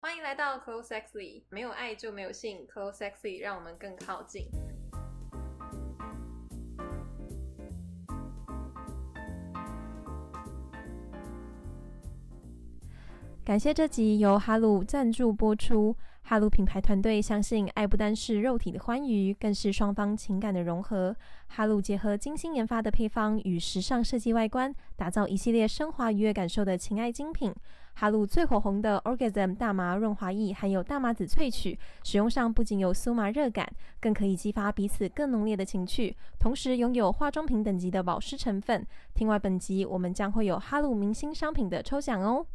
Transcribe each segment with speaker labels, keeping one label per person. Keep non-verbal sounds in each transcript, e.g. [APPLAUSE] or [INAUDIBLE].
Speaker 1: 欢迎来到 Close Sexy，没有爱就没有性，Close Sexy 让我们更靠近。
Speaker 2: 感谢这集由哈鲁赞助播出。哈鲁品牌团队相信，爱不单是肉体的欢愉，更是双方情感的融合。哈鲁结合精心研发的配方与时尚设计外观，打造一系列升华愉悦感受的情爱精品。哈鲁最火红的 Orgasm 大麻润滑液含有大麻籽萃取，使用上不仅有酥麻热感，更可以激发彼此更浓烈的情趣，同时拥有化妆品等级的保湿成分。听完本集，我们将会有哈鲁明星商品的抽奖哦。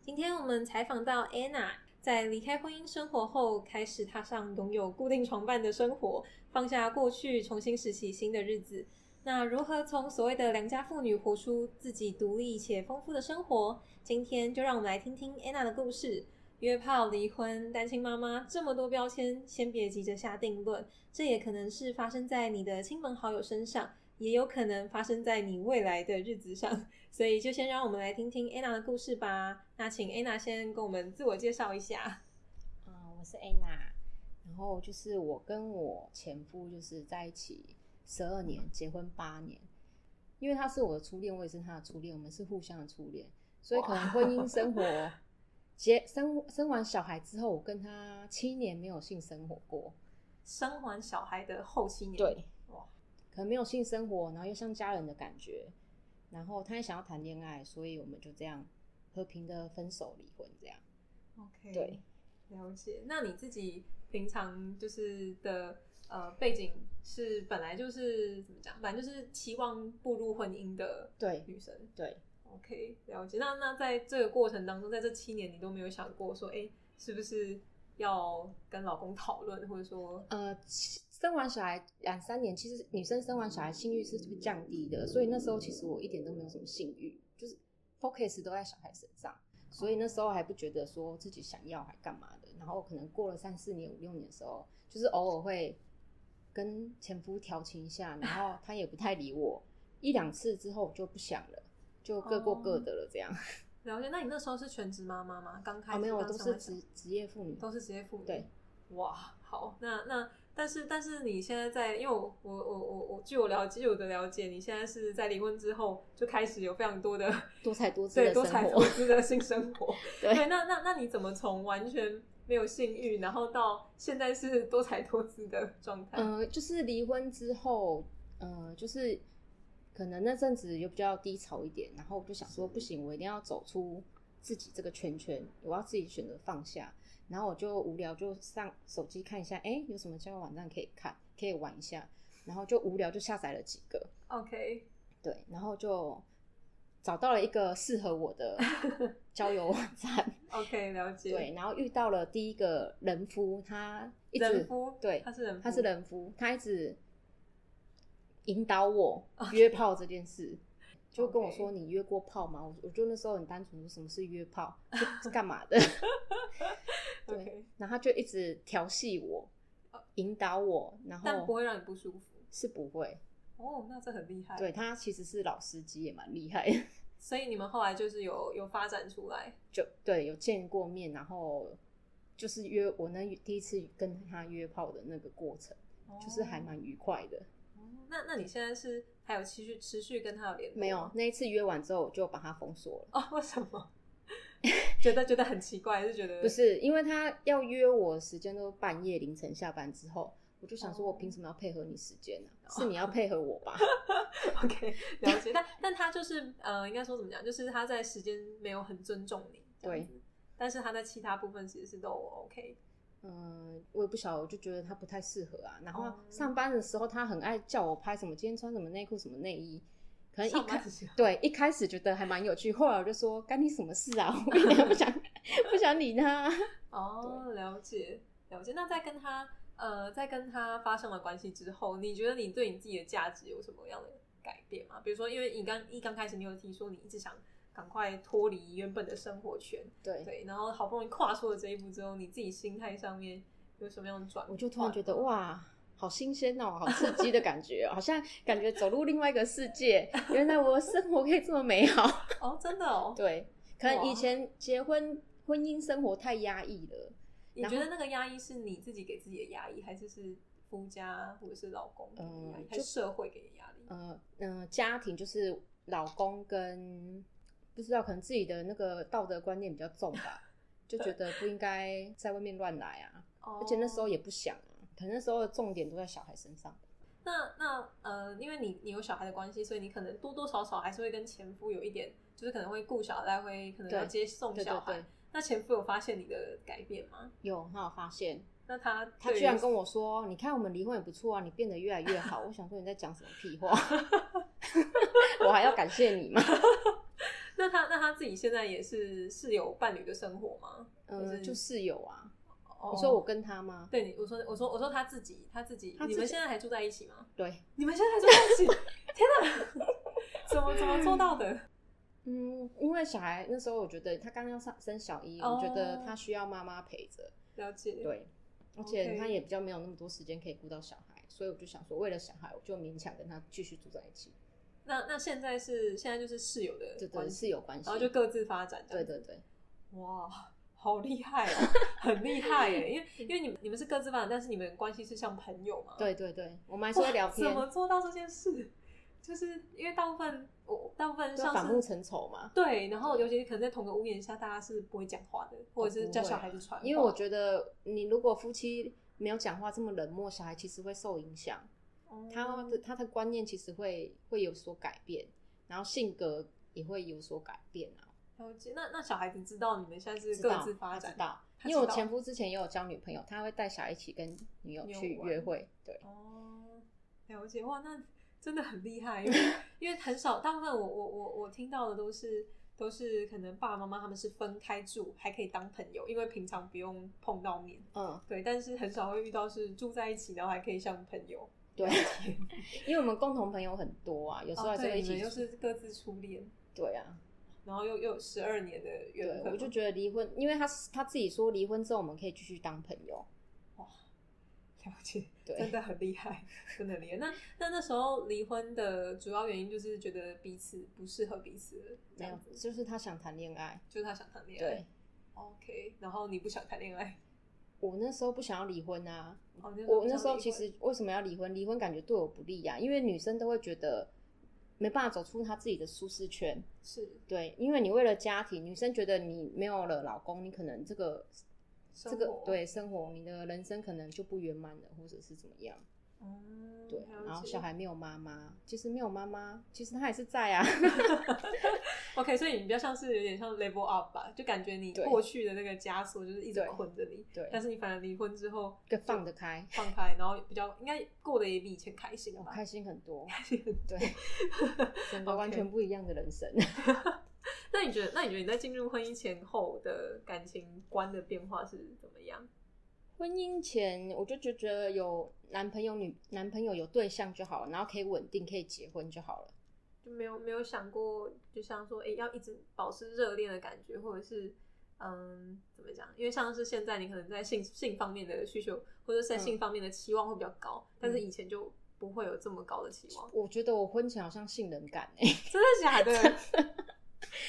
Speaker 1: 今天我们采访到 Anna，在离开婚姻生活后，开始踏上拥有固定床伴的生活，放下过去，重新拾起新的日子。那如何从所谓的良家妇女活出自己独立且丰富的生活？今天就让我们来听听 Anna 的故事。约炮、离婚、单亲妈妈，这么多标签，先别急着下定论。这也可能是发生在你的亲朋好友身上，也有可能发生在你未来的日子上。所以就先让我们来听听 Anna 的故事吧。那请 Anna 先跟我们自我介绍一下。
Speaker 3: 啊、我是 Anna，然后就是我跟我前夫就是在一起十二年，结婚八年，因为他是我的初恋，我也是他的初恋，我们是互相的初恋，所以可能婚姻生活结生生完小孩之后，我跟他七年没有性生活过，
Speaker 1: 生完小孩的后七年，
Speaker 3: 对，
Speaker 1: 哇，
Speaker 3: 可能没有性生活，然后又像家人的感觉，然后他也想要谈恋爱，所以我们就这样和平的分手离婚，这样
Speaker 1: ，OK，
Speaker 3: 对。
Speaker 1: 了解。那你自己平常就是的呃背景是本来就是怎么讲，反正就是期望步入婚姻的
Speaker 3: 对
Speaker 1: 女生。
Speaker 3: 对，
Speaker 1: OK，了解。那那在这个过程当中，在这七年，你都没有想过说，哎、是不是要跟老公讨论，或者说，
Speaker 3: 呃，其生完小孩两三年，其实女生生完小孩性欲是会降低的，所以那时候其实我一点都没有什么性欲，就是 focus 都在小孩身上，所以那时候还不觉得说自己想要还干嘛的。然后可能过了三四年、五六年的时候，就是偶尔会跟前夫调情一下，然后他也不太理我，一两次之后我就不想了，就各过各的了。这样
Speaker 1: 了解？那你那时候是全职妈妈吗？刚开
Speaker 3: 啊、
Speaker 1: 始、
Speaker 3: 没有，
Speaker 1: 刚
Speaker 3: 都
Speaker 1: 生
Speaker 3: 是
Speaker 1: 完小
Speaker 3: 职职业妇女，
Speaker 1: 都是职业妇女。
Speaker 3: 对，
Speaker 1: 哇，好，那那但是但是你现在在，因为我我我我我据我了解，据我的了解，你现在是在离婚之后就开始有非常多的
Speaker 3: [LAUGHS] 多
Speaker 1: [LAUGHS]
Speaker 3: 才多姿
Speaker 1: 对
Speaker 3: 的
Speaker 1: 多
Speaker 3: 生
Speaker 1: 彩多
Speaker 3: 活。
Speaker 1: 姿的性生活。
Speaker 3: [LAUGHS] 对
Speaker 1: 那那那你怎么从完全没有性欲，然后到现在是多彩多姿的状态？
Speaker 3: 呃，就是离婚之后，呃，就是可能那阵子又比较低潮一点，然后我就想说，不行，我一定要走出自己这个圈圈，我要自己选择放下。然后我就无聊，就上手机看一下，哎，有什么交友网站可以看，可以玩一下。然后就无聊，就下载了几个，
Speaker 1: OK，
Speaker 3: 对，然后就找到了一个适合我
Speaker 1: [LAUGHS]
Speaker 3: 的交友网站，
Speaker 1: OK，了解。
Speaker 3: 对，，然后遇到了第一个人夫，他一直
Speaker 1: 人夫
Speaker 3: 对，
Speaker 1: 他是人夫，
Speaker 3: 他是人
Speaker 1: 嗯
Speaker 3: 夫，他一直引导我
Speaker 1: 哦
Speaker 3: 约炮这
Speaker 1: [LAUGHS]
Speaker 3: 件事，就跟我说你约过炮吗？我我就那时候很单纯说什么是约
Speaker 1: [LAUGHS]
Speaker 3: 炮，是是干嘛的？对
Speaker 1: OK，哦
Speaker 3: 然后他就一直调戏我，引导我，然
Speaker 1: 但不
Speaker 3: 后
Speaker 1: 会让你不舒服。
Speaker 3: 是不会。
Speaker 1: 哦，那这很厉害。
Speaker 3: 对，他其实是老司机，也蛮厉害的， [LAUGHS]
Speaker 1: 所以你们后来就是有有发展出来。
Speaker 3: 就对有见过面，然后就是约我那第一次跟他约炮的那个过程，就是还蛮愉快的。
Speaker 1: 哦。那那你现在是还有持续持续跟他有联络？
Speaker 3: 没有，啊那一次约完之后，我就把他封锁了。
Speaker 1: 哦，为什
Speaker 3: [LAUGHS]
Speaker 1: 么？觉得觉得很奇怪，还是觉得
Speaker 3: 不是，因为他要约我的时间都半夜凌晨下班之后，我就想说，
Speaker 1: 哦
Speaker 3: 我凭什么要配合你时间呢、是你要配合我吧？
Speaker 1: OK，了解。但但他就是呃，应该说怎么讲，就是他在时间没有很尊重你，这样子。但是他在其他部分其实是都 OK。
Speaker 3: 嗯，我也不晓得，我就觉得他不太适合啊。然后
Speaker 1: 哦
Speaker 3: 上班的时候，他很爱叫我拍什么今天穿什么内裤、什么内衣，可能一
Speaker 1: 上班
Speaker 3: 开
Speaker 1: 的
Speaker 3: [LAUGHS]
Speaker 1: 时候
Speaker 3: 对一开始觉得还蛮有趣，后来我就说干你什么
Speaker 1: [LAUGHS]
Speaker 3: 事啊？我一点都不想不想理他。
Speaker 1: 哦，了解了解。那在跟他呃，在跟他发生了关系之后，你觉得你对你自己的价值有什么样的改变吗？比如说，因为你刚一刚开始你有提说你一直想赶快脱离原本的生活圈，
Speaker 3: 对，
Speaker 1: 对，然后好不容易跨出了这一步之后，你自己心态上面有什么样的转换？
Speaker 3: 我就突然觉得哇，好新鲜哦，好刺激的感觉哦，好像感觉走入另外一个世界。原来我的生活可以这么美好。
Speaker 1: 哦，真的哦，
Speaker 3: 对，可能
Speaker 1: 哇
Speaker 3: 以前结婚婚姻生活太压抑了。
Speaker 1: 你觉得那个压抑是你自己给自己的压抑，还是是夫家或者是老公给你的压力，
Speaker 3: 嗯
Speaker 1: 还是社会给你的压力？
Speaker 3: 呃呃，家庭就是老公跟不知道，可能自己的那个道德观念比较重吧，就觉得不应该在外面乱来啊，
Speaker 1: 哦
Speaker 3: 而且那时候也不想啊，可能那时候的重点都在小孩身上。
Speaker 1: 那那呃，因为你你有小孩的关系，所以你可能多多少少还是会跟前夫有一点，就是可能会顾小孩，会可能要
Speaker 3: 对
Speaker 1: 接送
Speaker 3: 对
Speaker 1: 小
Speaker 3: 对
Speaker 1: 孩。
Speaker 3: 对，
Speaker 1: 那前夫有发现你的改变吗？
Speaker 3: 有他有发现，
Speaker 1: 那他
Speaker 3: 他
Speaker 1: 对于
Speaker 3: 居然跟我说：“你看我们离婚也不错啊，你变得越来越好。”我想说你在讲什么屁话， [LAUGHS] 我还要感谢你
Speaker 1: [LAUGHS]
Speaker 3: 吗？
Speaker 1: 那他那他自己现在也是是有伴侣的生活吗？
Speaker 3: 呃，
Speaker 1: 就
Speaker 3: 就是室友啊，
Speaker 1: 哦
Speaker 3: 你说我跟他吗？
Speaker 1: 对你，我说我说我说他自己他自己，
Speaker 3: 他自己
Speaker 1: 你们现在还住在一起吗？
Speaker 3: 对，
Speaker 1: [LAUGHS] 你们现在还住在一起？ [LAUGHS] 天哪，怎么怎么做到的？
Speaker 3: 嗯，因为小孩那时候，我觉得他刚刚上升小一，我觉
Speaker 1: 哦
Speaker 3: 得他需要妈妈陪着，
Speaker 1: [LAUGHS] 了解，，
Speaker 3: 对，而
Speaker 1: OK
Speaker 3: 且他也比较没有那么多时间可以顾到小孩，所以我就想说，为了小孩，我就勉强跟他继续住在一起，
Speaker 1: 那那现在是现在就是室友的
Speaker 3: 这
Speaker 1: 关
Speaker 3: 对
Speaker 1: 系，
Speaker 3: 是有关系，
Speaker 1: 然后就各自发展，
Speaker 3: 对，对对，
Speaker 1: 哇。好厉害哦，很厉害耶！因为因为你们你们是各自发展，但是你们关系是像朋友嘛？
Speaker 3: 对对对，我们
Speaker 1: 哦
Speaker 3: 还
Speaker 1: 哇，
Speaker 3: 是会聊
Speaker 1: 怎
Speaker 3: 天，
Speaker 1: 么做到这件事？就是因为大部分我大部分
Speaker 3: 就
Speaker 1: 上
Speaker 3: 反目
Speaker 1: 次
Speaker 3: 成仇嘛，
Speaker 1: 对，然后尤其是可能在同个屋檐下，大家是不会讲话的，或者是
Speaker 3: 不
Speaker 1: 叫
Speaker 3: 会
Speaker 1: 小
Speaker 3: 啊
Speaker 1: 孩子传话。
Speaker 3: 因为我觉得你如果夫妻没有讲话这么冷漠，小孩其实会受影响，
Speaker 1: 得
Speaker 3: 他的他的观念其实会会有所改变，然后性格也会有所改变啊。
Speaker 1: 了解，那那小孩子知道你们现在是
Speaker 3: 知
Speaker 1: 各
Speaker 3: 道
Speaker 1: 自发
Speaker 3: 他
Speaker 1: 展
Speaker 3: 知，道，
Speaker 1: 他知道
Speaker 3: 因为我前夫之前也有交女朋友，他会带小孩一起跟女友
Speaker 1: 女友
Speaker 3: 去
Speaker 1: 玩
Speaker 3: 约会，对，
Speaker 1: 哦，了解哇，那真的很厉害，因
Speaker 3: [LAUGHS]
Speaker 1: 为因为很少，大部分我我我我听到的都是都是可能爸爸妈妈他们是分开住，还可以当朋友，因为平常不用碰到面，
Speaker 3: 嗯，
Speaker 1: 对，但是很少会遇到是住在一起，然后还可以像朋友， [LAUGHS]
Speaker 3: 对，因为我们共同朋友很多 [LAUGHS] 啊，有时候
Speaker 1: 哦
Speaker 3: 还是
Speaker 1: 对，
Speaker 3: 会一
Speaker 1: 你们
Speaker 3: 起
Speaker 1: 又
Speaker 3: 出，
Speaker 1: 是各自初恋，
Speaker 3: 对啊，
Speaker 1: 然后又又有十二年的缘
Speaker 3: 对，
Speaker 1: 分，
Speaker 3: 我就觉得离婚，因为他他自己说离婚之后我们可以继续当朋友，
Speaker 1: 了解，
Speaker 3: 对
Speaker 1: 真的很厉害，真的很厉害。那那那时候离婚的主要原因就是觉得彼此不适合彼此了，这
Speaker 3: 没有
Speaker 1: 样，子，
Speaker 3: 就是他想谈恋爱，
Speaker 1: 就是他想谈恋爱。
Speaker 3: 对
Speaker 1: OK，然后你不想谈恋爱，
Speaker 3: 我那时候不想要离婚啊，
Speaker 1: 哦，你
Speaker 3: 我
Speaker 1: 不
Speaker 3: 那
Speaker 1: 想
Speaker 3: 时候
Speaker 1: 离
Speaker 3: 其
Speaker 1: 婚
Speaker 3: 实为什么要离婚？离婚感觉对我不利啊呀、因为女生都会觉得没办法走出她自己的舒适圈，
Speaker 1: 是
Speaker 3: 对，因为你为了家庭，女生觉得你没有了老公，你可能这个
Speaker 1: 生
Speaker 3: 这个
Speaker 1: 活
Speaker 3: 对生活，你的人生可能就不圆满了，或者是怎么样？
Speaker 1: 嗯，
Speaker 3: 对，
Speaker 1: 了
Speaker 3: 然后
Speaker 1: 解
Speaker 3: 小孩没有妈妈，其实没有妈妈，其实他还是在
Speaker 1: [LAUGHS]
Speaker 3: 啊。
Speaker 1: OK，所以你比较像是有点像 level up 吧，就感觉你
Speaker 3: 对
Speaker 1: 过去的那个枷锁就是一直
Speaker 3: 对
Speaker 1: 捆着你，
Speaker 3: 对，
Speaker 1: 但是你反而离婚之后
Speaker 3: 更放得开，
Speaker 1: 放开，然后比较应该过得也比以前开心
Speaker 3: 我
Speaker 1: 吧。
Speaker 3: 开心很多，
Speaker 1: 心 [LAUGHS]
Speaker 3: 对，整个完
Speaker 1: OK
Speaker 3: 全不一样的人生。
Speaker 1: [LAUGHS]
Speaker 3: [LAUGHS]
Speaker 1: 那你觉得，那你觉得你在进入婚姻前后的感情观的变化是怎么样？
Speaker 3: 婚姻前我就觉得有男朋友女男朋友有对象就好了，然后可以稳定，可以结婚就好了。
Speaker 1: 就没有没有想过，就像说，哎、要一直保持热恋的感觉，或者是嗯，怎么讲？因为像是现在你可能在性性方面的需求，或者是在
Speaker 3: 嗯
Speaker 1: 性方面的期望会比较高，但是以前就不会有这么高的期望，
Speaker 3: 我觉得我婚前好像性冷感哎、
Speaker 1: 真的假
Speaker 3: [LAUGHS]
Speaker 1: 的？ [LAUGHS]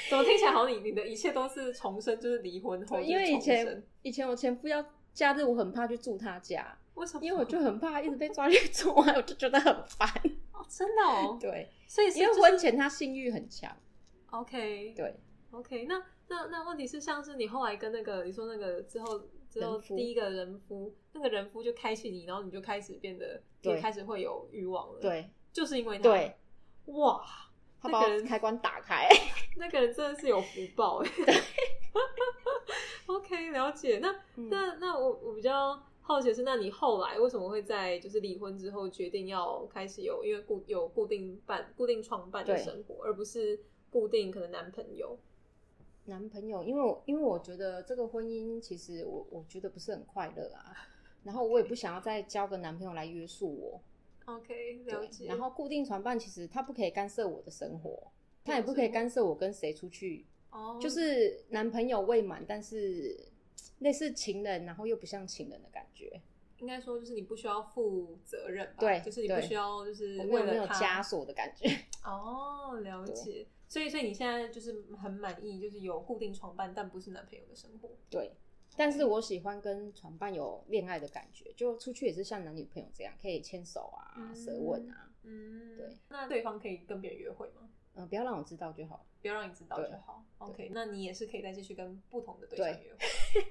Speaker 1: 怎么听起来好像你你的一切都是重生，就是离婚后
Speaker 3: 对，
Speaker 1: 就是
Speaker 3: 因为以
Speaker 1: 重生
Speaker 3: 前以前我前夫要假日，我很怕去住他家，
Speaker 1: 为什么？
Speaker 3: 因为我就很怕一直被抓去住 [LAUGHS] 啊，我就觉得很烦。
Speaker 1: 哦，真的哦，
Speaker 3: 对，
Speaker 1: 所以是
Speaker 3: 因为
Speaker 1: 就是
Speaker 3: 婚前他性欲很强，
Speaker 1: OK
Speaker 3: 对，
Speaker 1: OK，那那那问题是，像是你后来跟那个你说那个之后之后
Speaker 3: 人夫
Speaker 1: 第一个人夫，那个人夫就开启你，然后你就开始变得，
Speaker 3: 对
Speaker 1: 你开始会有欲望了，，
Speaker 3: 对
Speaker 1: 就是因为他，
Speaker 3: 对，
Speaker 1: 哇，
Speaker 3: 他
Speaker 1: 那
Speaker 3: 把
Speaker 1: 个
Speaker 3: 我
Speaker 1: 人
Speaker 3: 开关打 [LAUGHS] 开。
Speaker 1: 那个人真的是有福报哎。OK，了解。那
Speaker 3: 嗯
Speaker 1: 那那我我比较好奇的是，那你后来为什么会在就是离婚之后决定要开始有因为固有固定伴固定创办的
Speaker 3: 对
Speaker 1: 生活，而不是固定可能男朋友？
Speaker 3: 男朋友，因为我因为我觉得这个婚姻其实我我觉得不是很快乐啊，然后我也不想要再交个男朋友来约束我，
Speaker 1: OK，了
Speaker 3: 对
Speaker 1: 解。，
Speaker 3: 然后固定船伴其实他不可以干涉我的生活，他也不可以干涉我跟谁出去，
Speaker 1: 哦，
Speaker 3: 就是男朋友未满，但是类似情人，然后又不像情人的感觉，
Speaker 1: 应该说就是你不需要负责任吧，
Speaker 3: 对嗯
Speaker 1: 就是你不需要就是为
Speaker 3: 我没有
Speaker 1: 了
Speaker 3: 没有 [LAUGHS]
Speaker 1: 他
Speaker 3: 枷锁的感觉，
Speaker 1: 哦，了解。所以，所以你现在就是很满意，就是有固定床伴，但不是男朋友的生活。
Speaker 3: 对，但是我喜欢跟床伴有恋爱的感觉，就出去也是像男女朋友这样，可以牵手啊、
Speaker 1: 嗯
Speaker 3: 舌吻啊，
Speaker 1: 嗯，
Speaker 3: 对。
Speaker 1: 那对方可以跟别人约会吗？
Speaker 3: 嗯、不要让我知道就好。
Speaker 1: 不要让你知道
Speaker 3: 对
Speaker 1: 就好。
Speaker 3: 对
Speaker 1: OK，那你也是可以再继续跟不同的对象
Speaker 3: 对
Speaker 1: 约会，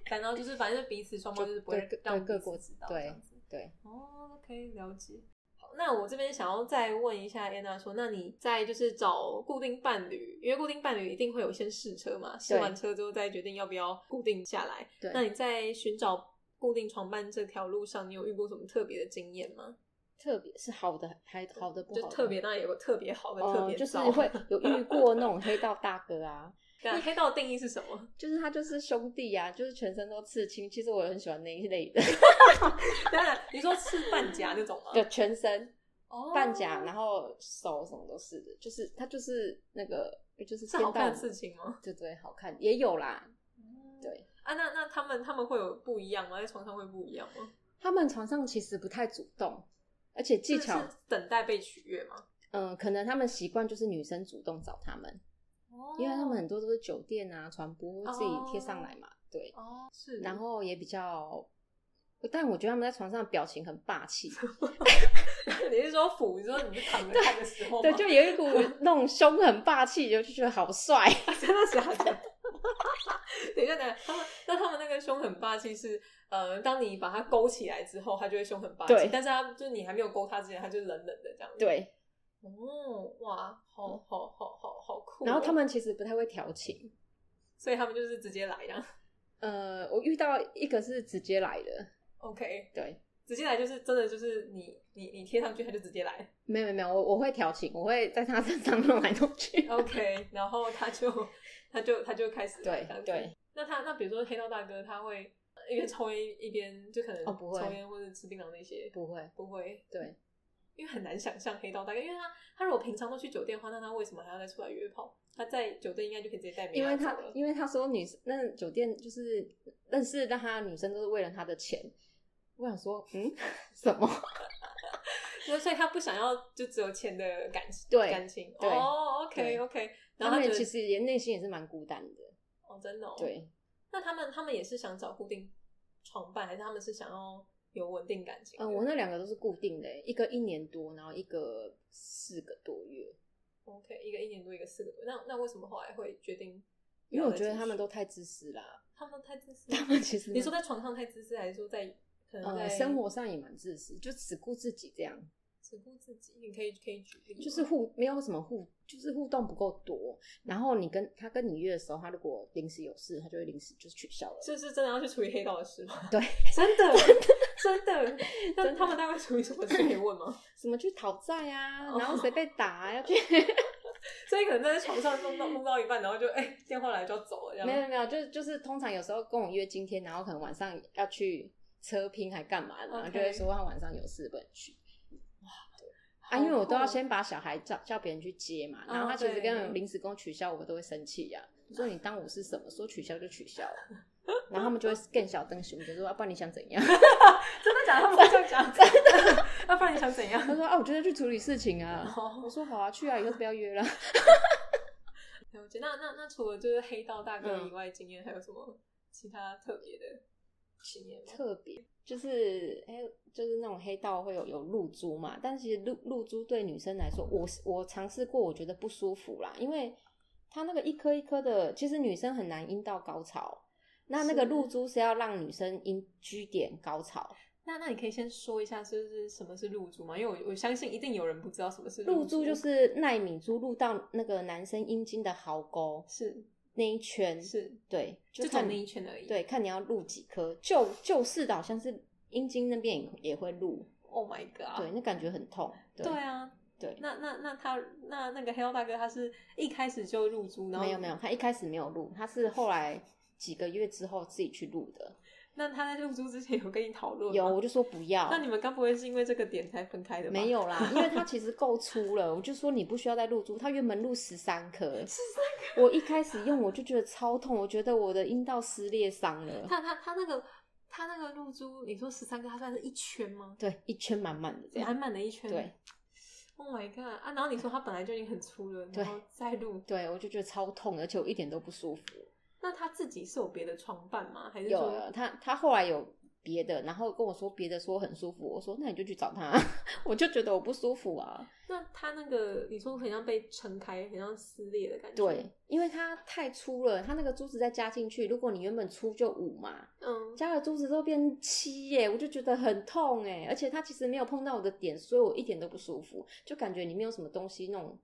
Speaker 1: [LAUGHS] 反正就是反正彼此双方就是不会
Speaker 3: 就对
Speaker 1: 让
Speaker 3: 对
Speaker 1: 彼
Speaker 3: 各国
Speaker 1: 此知道这
Speaker 3: 对
Speaker 1: 样子。
Speaker 3: 对，
Speaker 1: 哦，OK，了解。好，那我这边想要再问一下 Anna 说，那你在就是找固定伴侣，因为固定伴侣一定会有先试车嘛，试
Speaker 3: 对
Speaker 1: 完车之后再决定要不要固定下来。
Speaker 3: 对
Speaker 1: 那你在寻找固定床伴这条路上，你有遇过什么特别的经验吗？
Speaker 3: 特别是好的，还好的不好
Speaker 1: 就
Speaker 3: 的，
Speaker 1: 特别当然有个特别好的，特
Speaker 3: 哦、
Speaker 1: 别
Speaker 3: 就是
Speaker 1: 糟 [LAUGHS]
Speaker 3: 会。有遇过那种黑道大哥啊，
Speaker 1: 那黑道定义是什么？
Speaker 3: [LAUGHS]
Speaker 1: [LAUGHS]
Speaker 3: 就是他就是兄弟啊，就是全身都刺青。其实我很喜欢那一类的，
Speaker 1: 当然，你说是半甲那种吗？
Speaker 3: [LAUGHS] 就全身
Speaker 1: 哦，
Speaker 3: 半甲，然后手什么都是的，就是他就是那个哎就是
Speaker 1: 是好
Speaker 3: 天道
Speaker 1: 看的事情吗？
Speaker 3: 对对，好看也有啦。对
Speaker 1: 啊，那那他们他们会有不一样吗？在床上会不一样吗？
Speaker 3: 他们床上其实不太主动，而且技巧
Speaker 1: 是，等待被取悦吗？
Speaker 3: 嗯、可能他们习惯就是女生主动找他们，
Speaker 1: 哦
Speaker 3: 因为他们很多都是酒店啊、传播自己贴上来嘛，对，
Speaker 1: 哦是，
Speaker 3: 然后也比较，但我觉得他们在床上表情很霸气，
Speaker 1: [LAUGHS] 你是说腐？你说你是躺着看的时候吗
Speaker 3: 对，就有一股那种凶狠霸气，就就觉得好帅。 [LAUGHS]
Speaker 1: 真的假的？ [LAUGHS] 等一下，等一下，他们那他们那个凶狠霸气是，呃，当你把它勾起来之后，它就会凶狠霸气。
Speaker 3: 对
Speaker 1: 但是它就是你还没有勾它之前，它就冷冷的这样子。，
Speaker 3: 对，
Speaker 1: 哦，哇，好好好好好酷哦、
Speaker 3: 然后他们其实不太会调情。
Speaker 1: 所以他们就是直接来这样。
Speaker 3: 呃，我遇到一个是直接来的，
Speaker 1: OK，
Speaker 3: 对，
Speaker 1: 直接来就是真的就是你你你贴上去，它就直接来。
Speaker 3: 没有没有没有，我我会调情，我会在他身上弄来弄
Speaker 1: [LAUGHS]
Speaker 3: 去。
Speaker 1: OK，然后他就他就他就开始来
Speaker 3: [LAUGHS] 对
Speaker 1: 这样子
Speaker 3: 对。
Speaker 1: 那他那比如说黑道大哥，他会一边抽烟一边就可能
Speaker 3: 哦不会
Speaker 1: 抽烟或者吃槟榔那些，
Speaker 3: 不会，
Speaker 1: 不会，嗯
Speaker 3: 对，
Speaker 1: 因为很难想象黑道大哥，因为他他如果平常都去酒店的话，那他为什么还要再出来约炮？他在酒店应该就可以直接带妹
Speaker 3: 因为
Speaker 1: 来走
Speaker 3: 他
Speaker 1: 了。 [LAUGHS]
Speaker 3: 因为他说女生那酒店就是认识让他的女生都是为了他的钱。我想说，嗯， [LAUGHS] 什么？
Speaker 1: 那所以他不想要就只有钱的感情，
Speaker 3: 对
Speaker 1: 感情。
Speaker 3: 对
Speaker 1: 哦，OK
Speaker 3: 对
Speaker 1: OK，然
Speaker 3: 他
Speaker 1: 后
Speaker 3: 们
Speaker 1: 他觉
Speaker 3: 其
Speaker 1: 得
Speaker 3: 实也内心也是蛮孤单的。
Speaker 1: 哦，真的、哦，。
Speaker 3: 对，
Speaker 1: 那他们他们也是想找固定床伴，还是他们是想要有稳定感情的？
Speaker 3: 嗯，我那两个都是固定的，一个一年多，然后一个四个多月。
Speaker 1: OK，一个一年多，一个四个多。那那为什么后来会决定不
Speaker 3: 因为
Speaker 1: 要
Speaker 3: 我
Speaker 1: 再继续？
Speaker 3: 觉得他们都太自私啦， [LAUGHS]
Speaker 1: 他们太自私了。
Speaker 3: 他们其实
Speaker 1: 你说在床上太自私，还是说在可能在、
Speaker 3: 呃生活上也蛮自私，就只顾自己这样，
Speaker 1: 只顾自己？你可以可以举例吗，
Speaker 3: 就是互没有什么互，就是互动不够多。然后你跟他跟你约的时候，他如果临时有事，他就会临时就是取消了。
Speaker 1: 是不是真的要去处理黑道的事吗？
Speaker 3: [LAUGHS] 对，
Speaker 1: [LAUGHS] 真的真的。
Speaker 3: [LAUGHS]
Speaker 1: 那他们大概处理什么事可以问吗？
Speaker 3: 什么去讨债啊，
Speaker 1: 哦
Speaker 3: 然后谁被打
Speaker 1: [LAUGHS]
Speaker 3: 啊、要去，
Speaker 1: 所以可能在床上弄到弄到一半，然后就哎、电话来就要走了这样。
Speaker 3: 没有没有，就就是通常有时候跟我约今天，然后可能晚上要去车拼还干嘛的，然后
Speaker 1: OK
Speaker 3: 就会说他晚上有事不能去。
Speaker 1: 好
Speaker 3: 啊，因为我都要
Speaker 1: 酷哦
Speaker 3: 先把小孩叫叫别人去接嘛，
Speaker 1: 哦
Speaker 3: 然后他其实
Speaker 1: 对
Speaker 3: 跟我临时跟我取消，我都会生气呀、我说你当我是什么？说取消就取消了，
Speaker 1: [LAUGHS]
Speaker 3: 然后他们就会更小灯熊，就说啊，不然你想怎样？ [LAUGHS]
Speaker 1: 真的假的？他们会这样讲，真的。 [LAUGHS] 那不然你想怎样？ [LAUGHS]
Speaker 3: 他说啊，我觉得去处理事情啊。
Speaker 1: 哦
Speaker 3: 我说好啊，去啊，以后都不要约了。
Speaker 1: 了解。那那那除了就是黑道大哥
Speaker 3: 嗯
Speaker 1: 以外，经验还有什么其他特别的经验吗？
Speaker 3: [LAUGHS] 特别就是哎，就是那种黑道会有有露珠嘛，但其实露露珠对女生来说，我我尝试过，我觉得不舒服啦，因为它那个一颗一颗的，其实女生很难阴道高潮。那那个
Speaker 1: 是
Speaker 3: 露珠是要让女生阴居点高潮，
Speaker 1: 那那你可以先说一下，就是什么是露珠吗？因为我我相信一定有人不知道什么是
Speaker 3: 露
Speaker 1: 珠，
Speaker 3: 珠就是纳米珠入到那个男生阴茎的壕沟
Speaker 1: 是
Speaker 3: 那一圈，
Speaker 1: 是
Speaker 3: 对，
Speaker 1: 就
Speaker 3: 就
Speaker 1: 走
Speaker 3: 看
Speaker 1: 那一
Speaker 3: 你
Speaker 1: 圈而已。
Speaker 3: 对，看你要入几颗。旧旧式的好像是阴茎那边也也会入，
Speaker 1: ，Oh my god，
Speaker 3: 对，那感觉很痛，对
Speaker 1: 对啊，
Speaker 3: 对。
Speaker 1: 那那那他那那个黑道大哥，他是一开始就露珠，然后
Speaker 3: 没有没有，，他一开始没有录，他是后来几个月之后自己去录的。
Speaker 1: 那他在露珠之前有跟你讨论吗
Speaker 3: 有，我就说不要
Speaker 1: 那，你们该不会是因为这个点才分开的吧？
Speaker 3: 没有啦，因为他其实够粗了，我就说你不需要再露珠，他原本录十三颗，十三颗。我一开始用我就觉得超痛，我觉得我的阴道撕裂伤了，
Speaker 1: 他他他那个他那个露珠，你说十三个，他算是一圈吗？
Speaker 3: 嗯对，一圈满满的这
Speaker 1: 满
Speaker 3: 样，
Speaker 1: 满的一圈。
Speaker 3: 对。
Speaker 1: Oh my god！啊，然后你说他本来就已经很粗了，
Speaker 3: 对
Speaker 1: 然后再录，
Speaker 3: 对我就觉得超痛的，而且我一点都不舒服。
Speaker 1: 那他自己是有别的床伴吗？还是
Speaker 3: 有啊
Speaker 1: 说
Speaker 3: 了，他他后来有别的，然后跟我说别的说很舒服，我说那你就去找他，啊 [LAUGHS] 我就觉得我不舒服啊。
Speaker 1: 那他那个你说很像被撑开，很像撕裂的感觉？
Speaker 3: 对，，因为它太粗了，它那个珠子再加进去，如果你原本粗就五嘛，
Speaker 1: 嗯，
Speaker 3: 加了珠子之后变七耶，我就觉得很痛哎，而且它其实没有碰到我的点，所以我一点都不舒服，就感觉里面有什么东西那种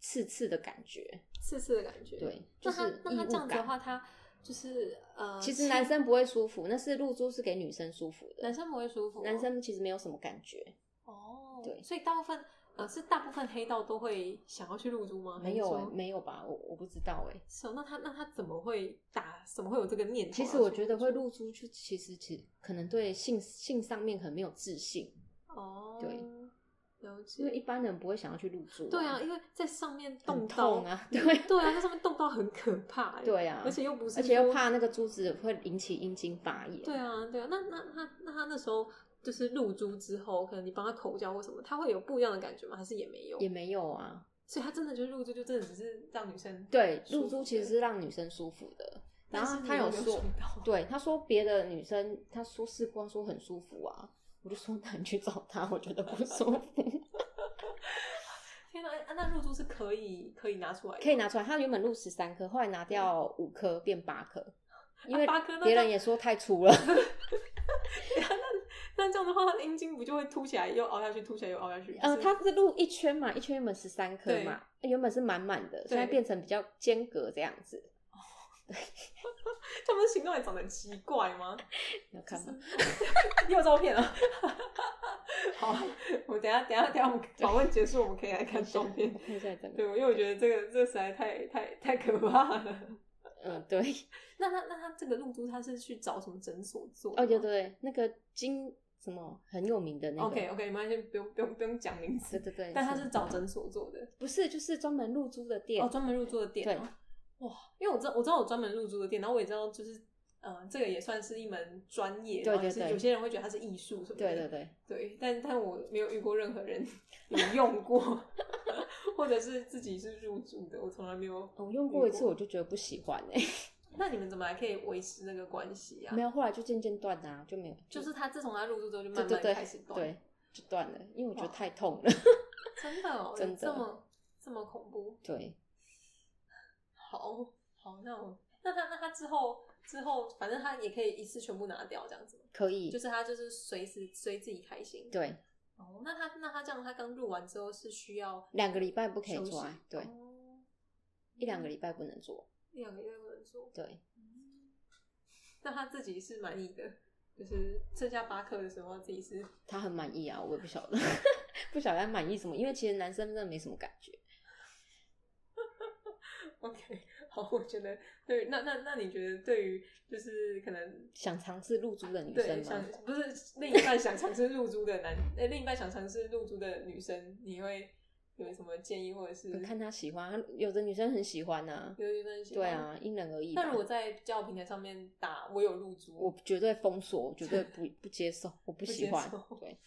Speaker 3: 刺刺的感觉。
Speaker 1: 刺刺的感觉。，
Speaker 3: 对，就是
Speaker 1: 那他那他
Speaker 3: 异物
Speaker 1: 这样子的
Speaker 3: 感
Speaker 1: 话，他就是呃，
Speaker 3: 其实男生不会舒服，那是露珠是给女生舒服的，
Speaker 1: 男生不会舒服哦，
Speaker 3: 男生其实没有什么感觉。
Speaker 1: 哦，
Speaker 3: 对
Speaker 1: 所以大部分呃是大部分黑道都会想要去入租吗？
Speaker 3: 没有
Speaker 1: 还
Speaker 3: 哎、
Speaker 1: 哦是说
Speaker 3: 没有吧？我我不知道哎、
Speaker 1: 是哦，那他那他怎么会打？怎么会有这个念头？啊
Speaker 3: 其实我觉得会，露珠，就其实其实可能对性性上面可能没有自信，
Speaker 1: 哦，
Speaker 3: 对，
Speaker 1: 了
Speaker 3: 因为
Speaker 1: 解。
Speaker 3: 一般人不会想要去露珠、
Speaker 1: 对啊，，因为在上面动
Speaker 3: 很
Speaker 1: 刀
Speaker 3: 痛，啊，对
Speaker 1: 对啊，在上面动刀很可怕欸，
Speaker 3: 对啊，
Speaker 1: 而且又不是，
Speaker 3: 而且又。怕那个珠子会引起阴茎发炎。
Speaker 1: 对啊，对啊，那那他那他那时候就是入租之后，可能你帮他口交或什么，他会有不一样的感觉吗？还是也没有？
Speaker 3: 也没有啊，
Speaker 1: 所以他真的就是入租，就真的只是让女生，
Speaker 3: 对，
Speaker 1: 舒服
Speaker 3: 露珠其实是让女生舒服的。然
Speaker 1: 但是
Speaker 3: 后
Speaker 1: 你
Speaker 3: 他
Speaker 1: 又没
Speaker 3: 说
Speaker 1: 爽，到 [LAUGHS]
Speaker 3: [LAUGHS] 对，他说别的女生，他说试光说很舒服啊，我就说那你去找他，我觉得不舒服。 [LAUGHS]
Speaker 1: 天哪，啊那入珠是可以可以拿出来的吗，
Speaker 3: 可以拿出来。他原本录十三颗，后来拿掉五颗变八颗，因为
Speaker 1: 啊八颗那
Speaker 3: 别人
Speaker 1: 就
Speaker 3: 也说太粗
Speaker 1: [LAUGHS]
Speaker 3: 了。
Speaker 1: 那这样的话，它的阴茎不就会凸起来，又凹下去，凸起来又凹下去？
Speaker 3: 呃，
Speaker 1: 就是
Speaker 3: 他是录一圈嘛，一圈原本十三颗
Speaker 1: 对
Speaker 3: 嘛，原本是满满的，现在
Speaker 1: 对
Speaker 3: 变成比较间隔这样子。
Speaker 1: 他们行动也长得很奇怪吗？
Speaker 3: 你要看吗？
Speaker 1: [LAUGHS] 你有照片啊？ [LAUGHS] 好，啊我们等一下等一下等一下，我们访问结束，我们可以来看照片 [LAUGHS]
Speaker 3: [LAUGHS] 我。看一下这个。
Speaker 1: 对，因为我觉得这个这个实在太太太可怕了。
Speaker 3: 嗯，对，
Speaker 1: 那他那他这个露珠，他是去找什么诊所做的吗？
Speaker 3: 哦，对对对，那个金什么很有名的那个
Speaker 1: OK OK，没关系，不用不用不用讲名
Speaker 3: 对
Speaker 1: 字。
Speaker 3: 对对，
Speaker 1: 但他是找诊所做的，
Speaker 3: 不是就是专门露珠的店？
Speaker 1: 哦，专门入住的店、啊。哇，因为我知道我知道有专门入住的店，然后我也知道就是。呃，这个也算是一门专业，
Speaker 3: 对
Speaker 1: 然后也
Speaker 3: 对
Speaker 1: 是
Speaker 3: 对
Speaker 1: 有些人会觉得它是艺术什么的，
Speaker 3: 对对对，
Speaker 1: 对，但但我没有遇过任何人有用过， [LAUGHS] 或者是自己是入住的，我从来没有。
Speaker 3: 我哦用过一
Speaker 1: 遇
Speaker 3: 次我就觉得不喜欢哎、
Speaker 1: 那你们怎么还可以维持那个关系啊？
Speaker 3: [LAUGHS] 没
Speaker 1: 有，
Speaker 3: 有，后来就渐渐断啦、啊，就没有，
Speaker 1: 就是他自从他入住之后就
Speaker 3: 对
Speaker 1: 慢
Speaker 3: 对
Speaker 1: 慢
Speaker 3: 对
Speaker 1: 开始断，
Speaker 3: 对，就断了，因为我觉得
Speaker 1: 哇
Speaker 3: 太痛了。 [LAUGHS]
Speaker 1: 真的哦，
Speaker 3: 真的
Speaker 1: 这么这么恐怖。
Speaker 3: 对，
Speaker 1: 好，好，那我那他那他之后之后，反正他也可以一次全部拿掉这样子，
Speaker 3: 可以，
Speaker 1: 就是他就是随时随自己开心。
Speaker 3: 对，
Speaker 1: 哦，那他那他这样，他刚入完之后是需要
Speaker 3: 两个礼拜不可以
Speaker 1: 休
Speaker 3: 做
Speaker 1: 息
Speaker 3: 爱，对，
Speaker 1: 哦嗯
Speaker 3: 一两个礼拜不能做，
Speaker 1: 一两个月不能做。嗯
Speaker 3: 对，
Speaker 1: 那他自己是满意的，就是剩下八克的时候，他自己是 [LAUGHS]
Speaker 3: 他很满意啊，我也不晓得， [LAUGHS] 不晓得他满意什么，因为其实男生真的没什么感觉。
Speaker 1: OK。好，我觉得对于，那那那你觉得对于就是可能
Speaker 3: 想尝试露珠的女
Speaker 1: 对
Speaker 3: 生
Speaker 1: 想
Speaker 3: 吗？
Speaker 1: 不是另一半想尝试入租的男， [LAUGHS] 呃，另一半想尝试入租的女生，你会有什么建议或者是
Speaker 3: 看她喜欢，有的女生很喜欢呐、啊，
Speaker 1: 有女生喜
Speaker 3: 对
Speaker 1: 欢？
Speaker 3: 啊，因人而异吧。
Speaker 1: 那如果在交友平台上面打我有入租
Speaker 3: 我，绝对封锁，我绝对不 [LAUGHS] 不接受，我不
Speaker 1: 不
Speaker 3: 喜
Speaker 1: 接
Speaker 3: 欢
Speaker 1: 受。
Speaker 3: 对，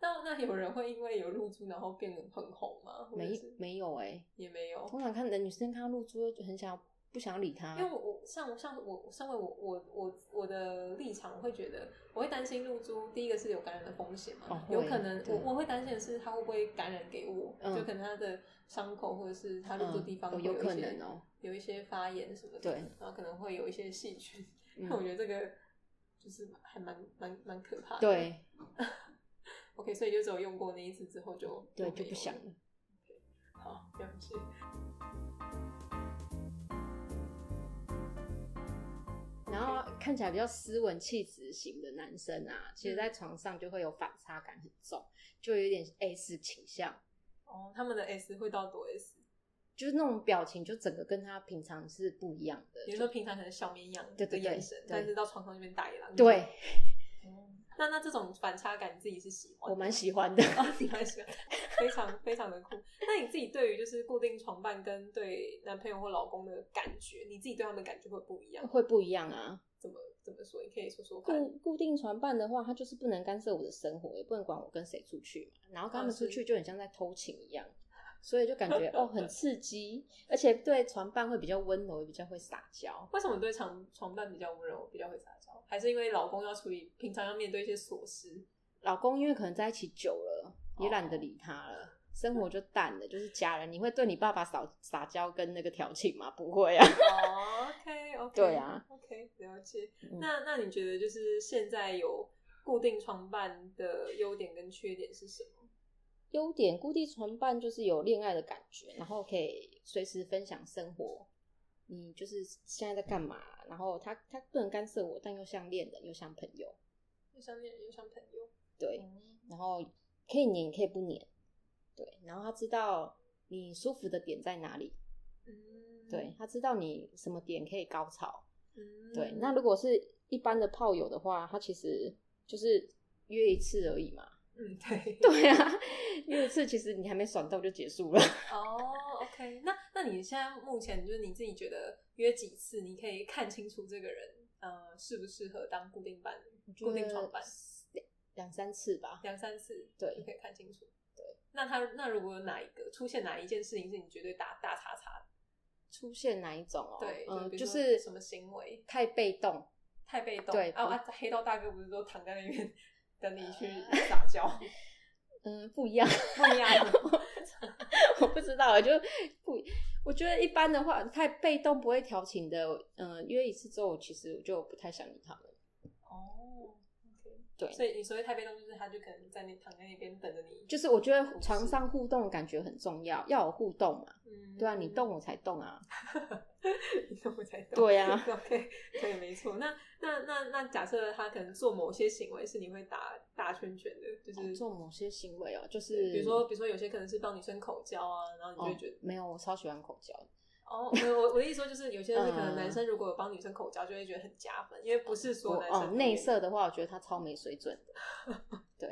Speaker 1: 那那有人会因为有入租然后变得很红吗？或者
Speaker 3: 没
Speaker 1: 是
Speaker 3: 没有哎、
Speaker 1: 也没有，
Speaker 3: 通常看的女生看到露珠就很想要不想理她
Speaker 1: 因为，我我像我像我身为我我我我的立场，我会觉得我会担心露珠，第一个是有感染的风险嘛，
Speaker 3: 哦会
Speaker 1: 有可能
Speaker 3: 对
Speaker 1: 我我会担心的是它会不会感染给我，
Speaker 3: 嗯
Speaker 1: 就可能它的伤口或者是它露珠地方
Speaker 3: 嗯
Speaker 1: 会
Speaker 3: 有
Speaker 1: 有
Speaker 3: 可
Speaker 1: 一些
Speaker 3: 能
Speaker 1: [LAUGHS]
Speaker 3: 哦，
Speaker 1: 有一些发炎什么的，
Speaker 3: 对
Speaker 1: 然后可能会有一些细菌，
Speaker 3: 嗯
Speaker 1: 那我觉得这个就是还蛮蛮蛮可怕的，
Speaker 3: 对
Speaker 1: ，OK，所以就只有用过那一次之后就
Speaker 3: 对
Speaker 1: 没
Speaker 3: 就不
Speaker 1: 有
Speaker 3: 想
Speaker 1: 了
Speaker 3: 了。
Speaker 1: 好了解。
Speaker 3: 然后看起来比较斯文气质型的男生啊，其实
Speaker 1: 嗯
Speaker 3: 在床上就会有反差感很重，就有点 S 倾向，
Speaker 1: 哦，他们的 S 会到多 S？
Speaker 3: 就是那种表情就整个跟他平常是不一样的。
Speaker 1: 比如说平常可能小绵羊
Speaker 3: 对
Speaker 1: 的
Speaker 3: 对对
Speaker 1: 眼神，
Speaker 3: 对
Speaker 1: 但是到床上就变大野狼。哦
Speaker 3: 对
Speaker 1: 那那这种反差感，你自己是喜欢
Speaker 3: 我
Speaker 1: 的？
Speaker 3: 蛮喜欢的，
Speaker 1: 啊，你蛮喜欢，非常非常的酷。那你自己对于就是固定床伴跟对男朋友或老公的感觉，你自己对他们感觉会不一样？
Speaker 3: 会不一样啊。
Speaker 1: 怎么怎么说？你可以说说看。
Speaker 3: 固固定船办的话，他就是不能干涉我的生活，也不能管我跟谁出去嘛。然后跟他们出去就很像在偷情一样，所以就感觉哦很刺激，而且对船办会比较温柔，也比较会撒娇。
Speaker 1: 为什么对床床伴比较温柔，比较会撒娇？还是因为老公要处理平常要面对一些琐事？
Speaker 3: 老公因为可能在一起久了，也懒得理他了。生活就淡了，就是家人。你会对你爸爸撒撒娇跟那个调情吗？不会啊。
Speaker 1: 哦，OK [LAUGHS] OK，
Speaker 3: 对啊
Speaker 1: ，OK 了解。
Speaker 3: 嗯
Speaker 1: 那那你觉得就是现在有固定床伴的优点跟缺点是什么？
Speaker 3: 优点，固定船伴就是有恋爱的感觉，然后可以随时分享生活。你就是现在在干嘛？然后他他不能干涉我，但又像恋人，又像朋友。
Speaker 1: 又像恋人又像朋友，
Speaker 3: 对，
Speaker 1: 嗯
Speaker 3: 然后可以黏，可以不黏。对，然后他知道你舒服的点在哪里。
Speaker 1: 嗯，
Speaker 3: 对，，他知道你什么点可以高潮。
Speaker 1: 嗯，
Speaker 3: 对，那如果是一般的炮友的话，他其实就是约一次而已嘛。
Speaker 1: [LAUGHS] 嗯对，
Speaker 3: [LAUGHS] 对啊，约一次其实你还没爽到就结束了。
Speaker 1: 哦，OK，那那你现在目前就是你自己觉得约几次，你可以看清楚这个人呃适不适合当固定伴侣、固定床伴，
Speaker 3: 两两三次吧。
Speaker 1: 两三次
Speaker 3: 对
Speaker 1: 就可以看清楚。对，那他那如果有哪一个出现哪一件事情是你绝对打大叉叉的，
Speaker 3: 出现哪一种哦？
Speaker 1: 对，
Speaker 3: 嗯，
Speaker 1: 比
Speaker 3: 就
Speaker 1: 如说
Speaker 3: 是
Speaker 1: 什么行为
Speaker 3: 太被动，
Speaker 1: 太被动，
Speaker 3: 对
Speaker 1: 啊
Speaker 3: 不呃
Speaker 1: 啊，黑道大哥不是都躺在那
Speaker 3: [LAUGHS]
Speaker 1: 边等你去撒娇，啊
Speaker 3: 嗯，不一样，
Speaker 1: 不一样，
Speaker 3: 我不知道，就不，我觉得一般的话，太被动不会调情的，嗯，约一次之后，其实我就不太想理他们。
Speaker 1: [LAUGHS] 哦。OK
Speaker 3: 对
Speaker 1: 所以你所谓太被动，就是他就可能在那躺在那边等着你，
Speaker 3: 就是我觉得
Speaker 1: 不是
Speaker 3: 床上互动感觉很重要，要有互动嘛，
Speaker 1: 嗯
Speaker 3: 对啊，你动我才动啊，
Speaker 1: 你动我才动。
Speaker 3: [LAUGHS] 对啊
Speaker 1: [LAUGHS] ，OK，对，没错。那那那那，假设他可能做某些行为是你会打打圈圈的，就是、
Speaker 3: 哦做某些行为哦，就是
Speaker 1: 比如说比如说有些可能是帮女生口交啊，然后你就
Speaker 3: 哦
Speaker 1: 会觉得，
Speaker 3: 没有，我超喜欢口交，
Speaker 1: 哦，没有我我的意思说就是有些是可能
Speaker 3: 嗯
Speaker 1: 男生如果有帮女生口交，就会觉得很加分，因为不是所有
Speaker 3: 我
Speaker 1: 男生
Speaker 3: 哦
Speaker 1: 都
Speaker 3: 内
Speaker 1: 愿意。
Speaker 3: 射的话，我觉得他超没水准的，
Speaker 1: [LAUGHS]
Speaker 3: 对，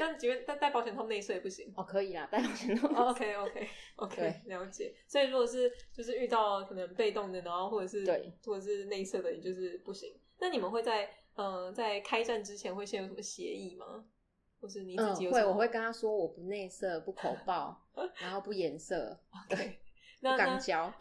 Speaker 1: 但即便但戴保险套内射也不行。
Speaker 3: 哦可以啦，但我
Speaker 1: [LAUGHS]
Speaker 3: 觉得
Speaker 1: OK OK
Speaker 3: [LAUGHS]
Speaker 1: OK，了解。所以如果是就是遇到可能被动的，然后或者是
Speaker 3: 对，
Speaker 1: 或者是内射的，你就是不行。那你们会在呃在开战之前会先有什么协议吗？或是你自
Speaker 3: 嗯
Speaker 1: 己有什
Speaker 3: 会，
Speaker 1: 么？
Speaker 3: 我会跟他说我不内射，不口爆，然后不
Speaker 1: [LAUGHS]
Speaker 3: 颜色，
Speaker 1: 对。
Speaker 3: 不
Speaker 1: 那
Speaker 3: 肛
Speaker 1: 那
Speaker 3: 交。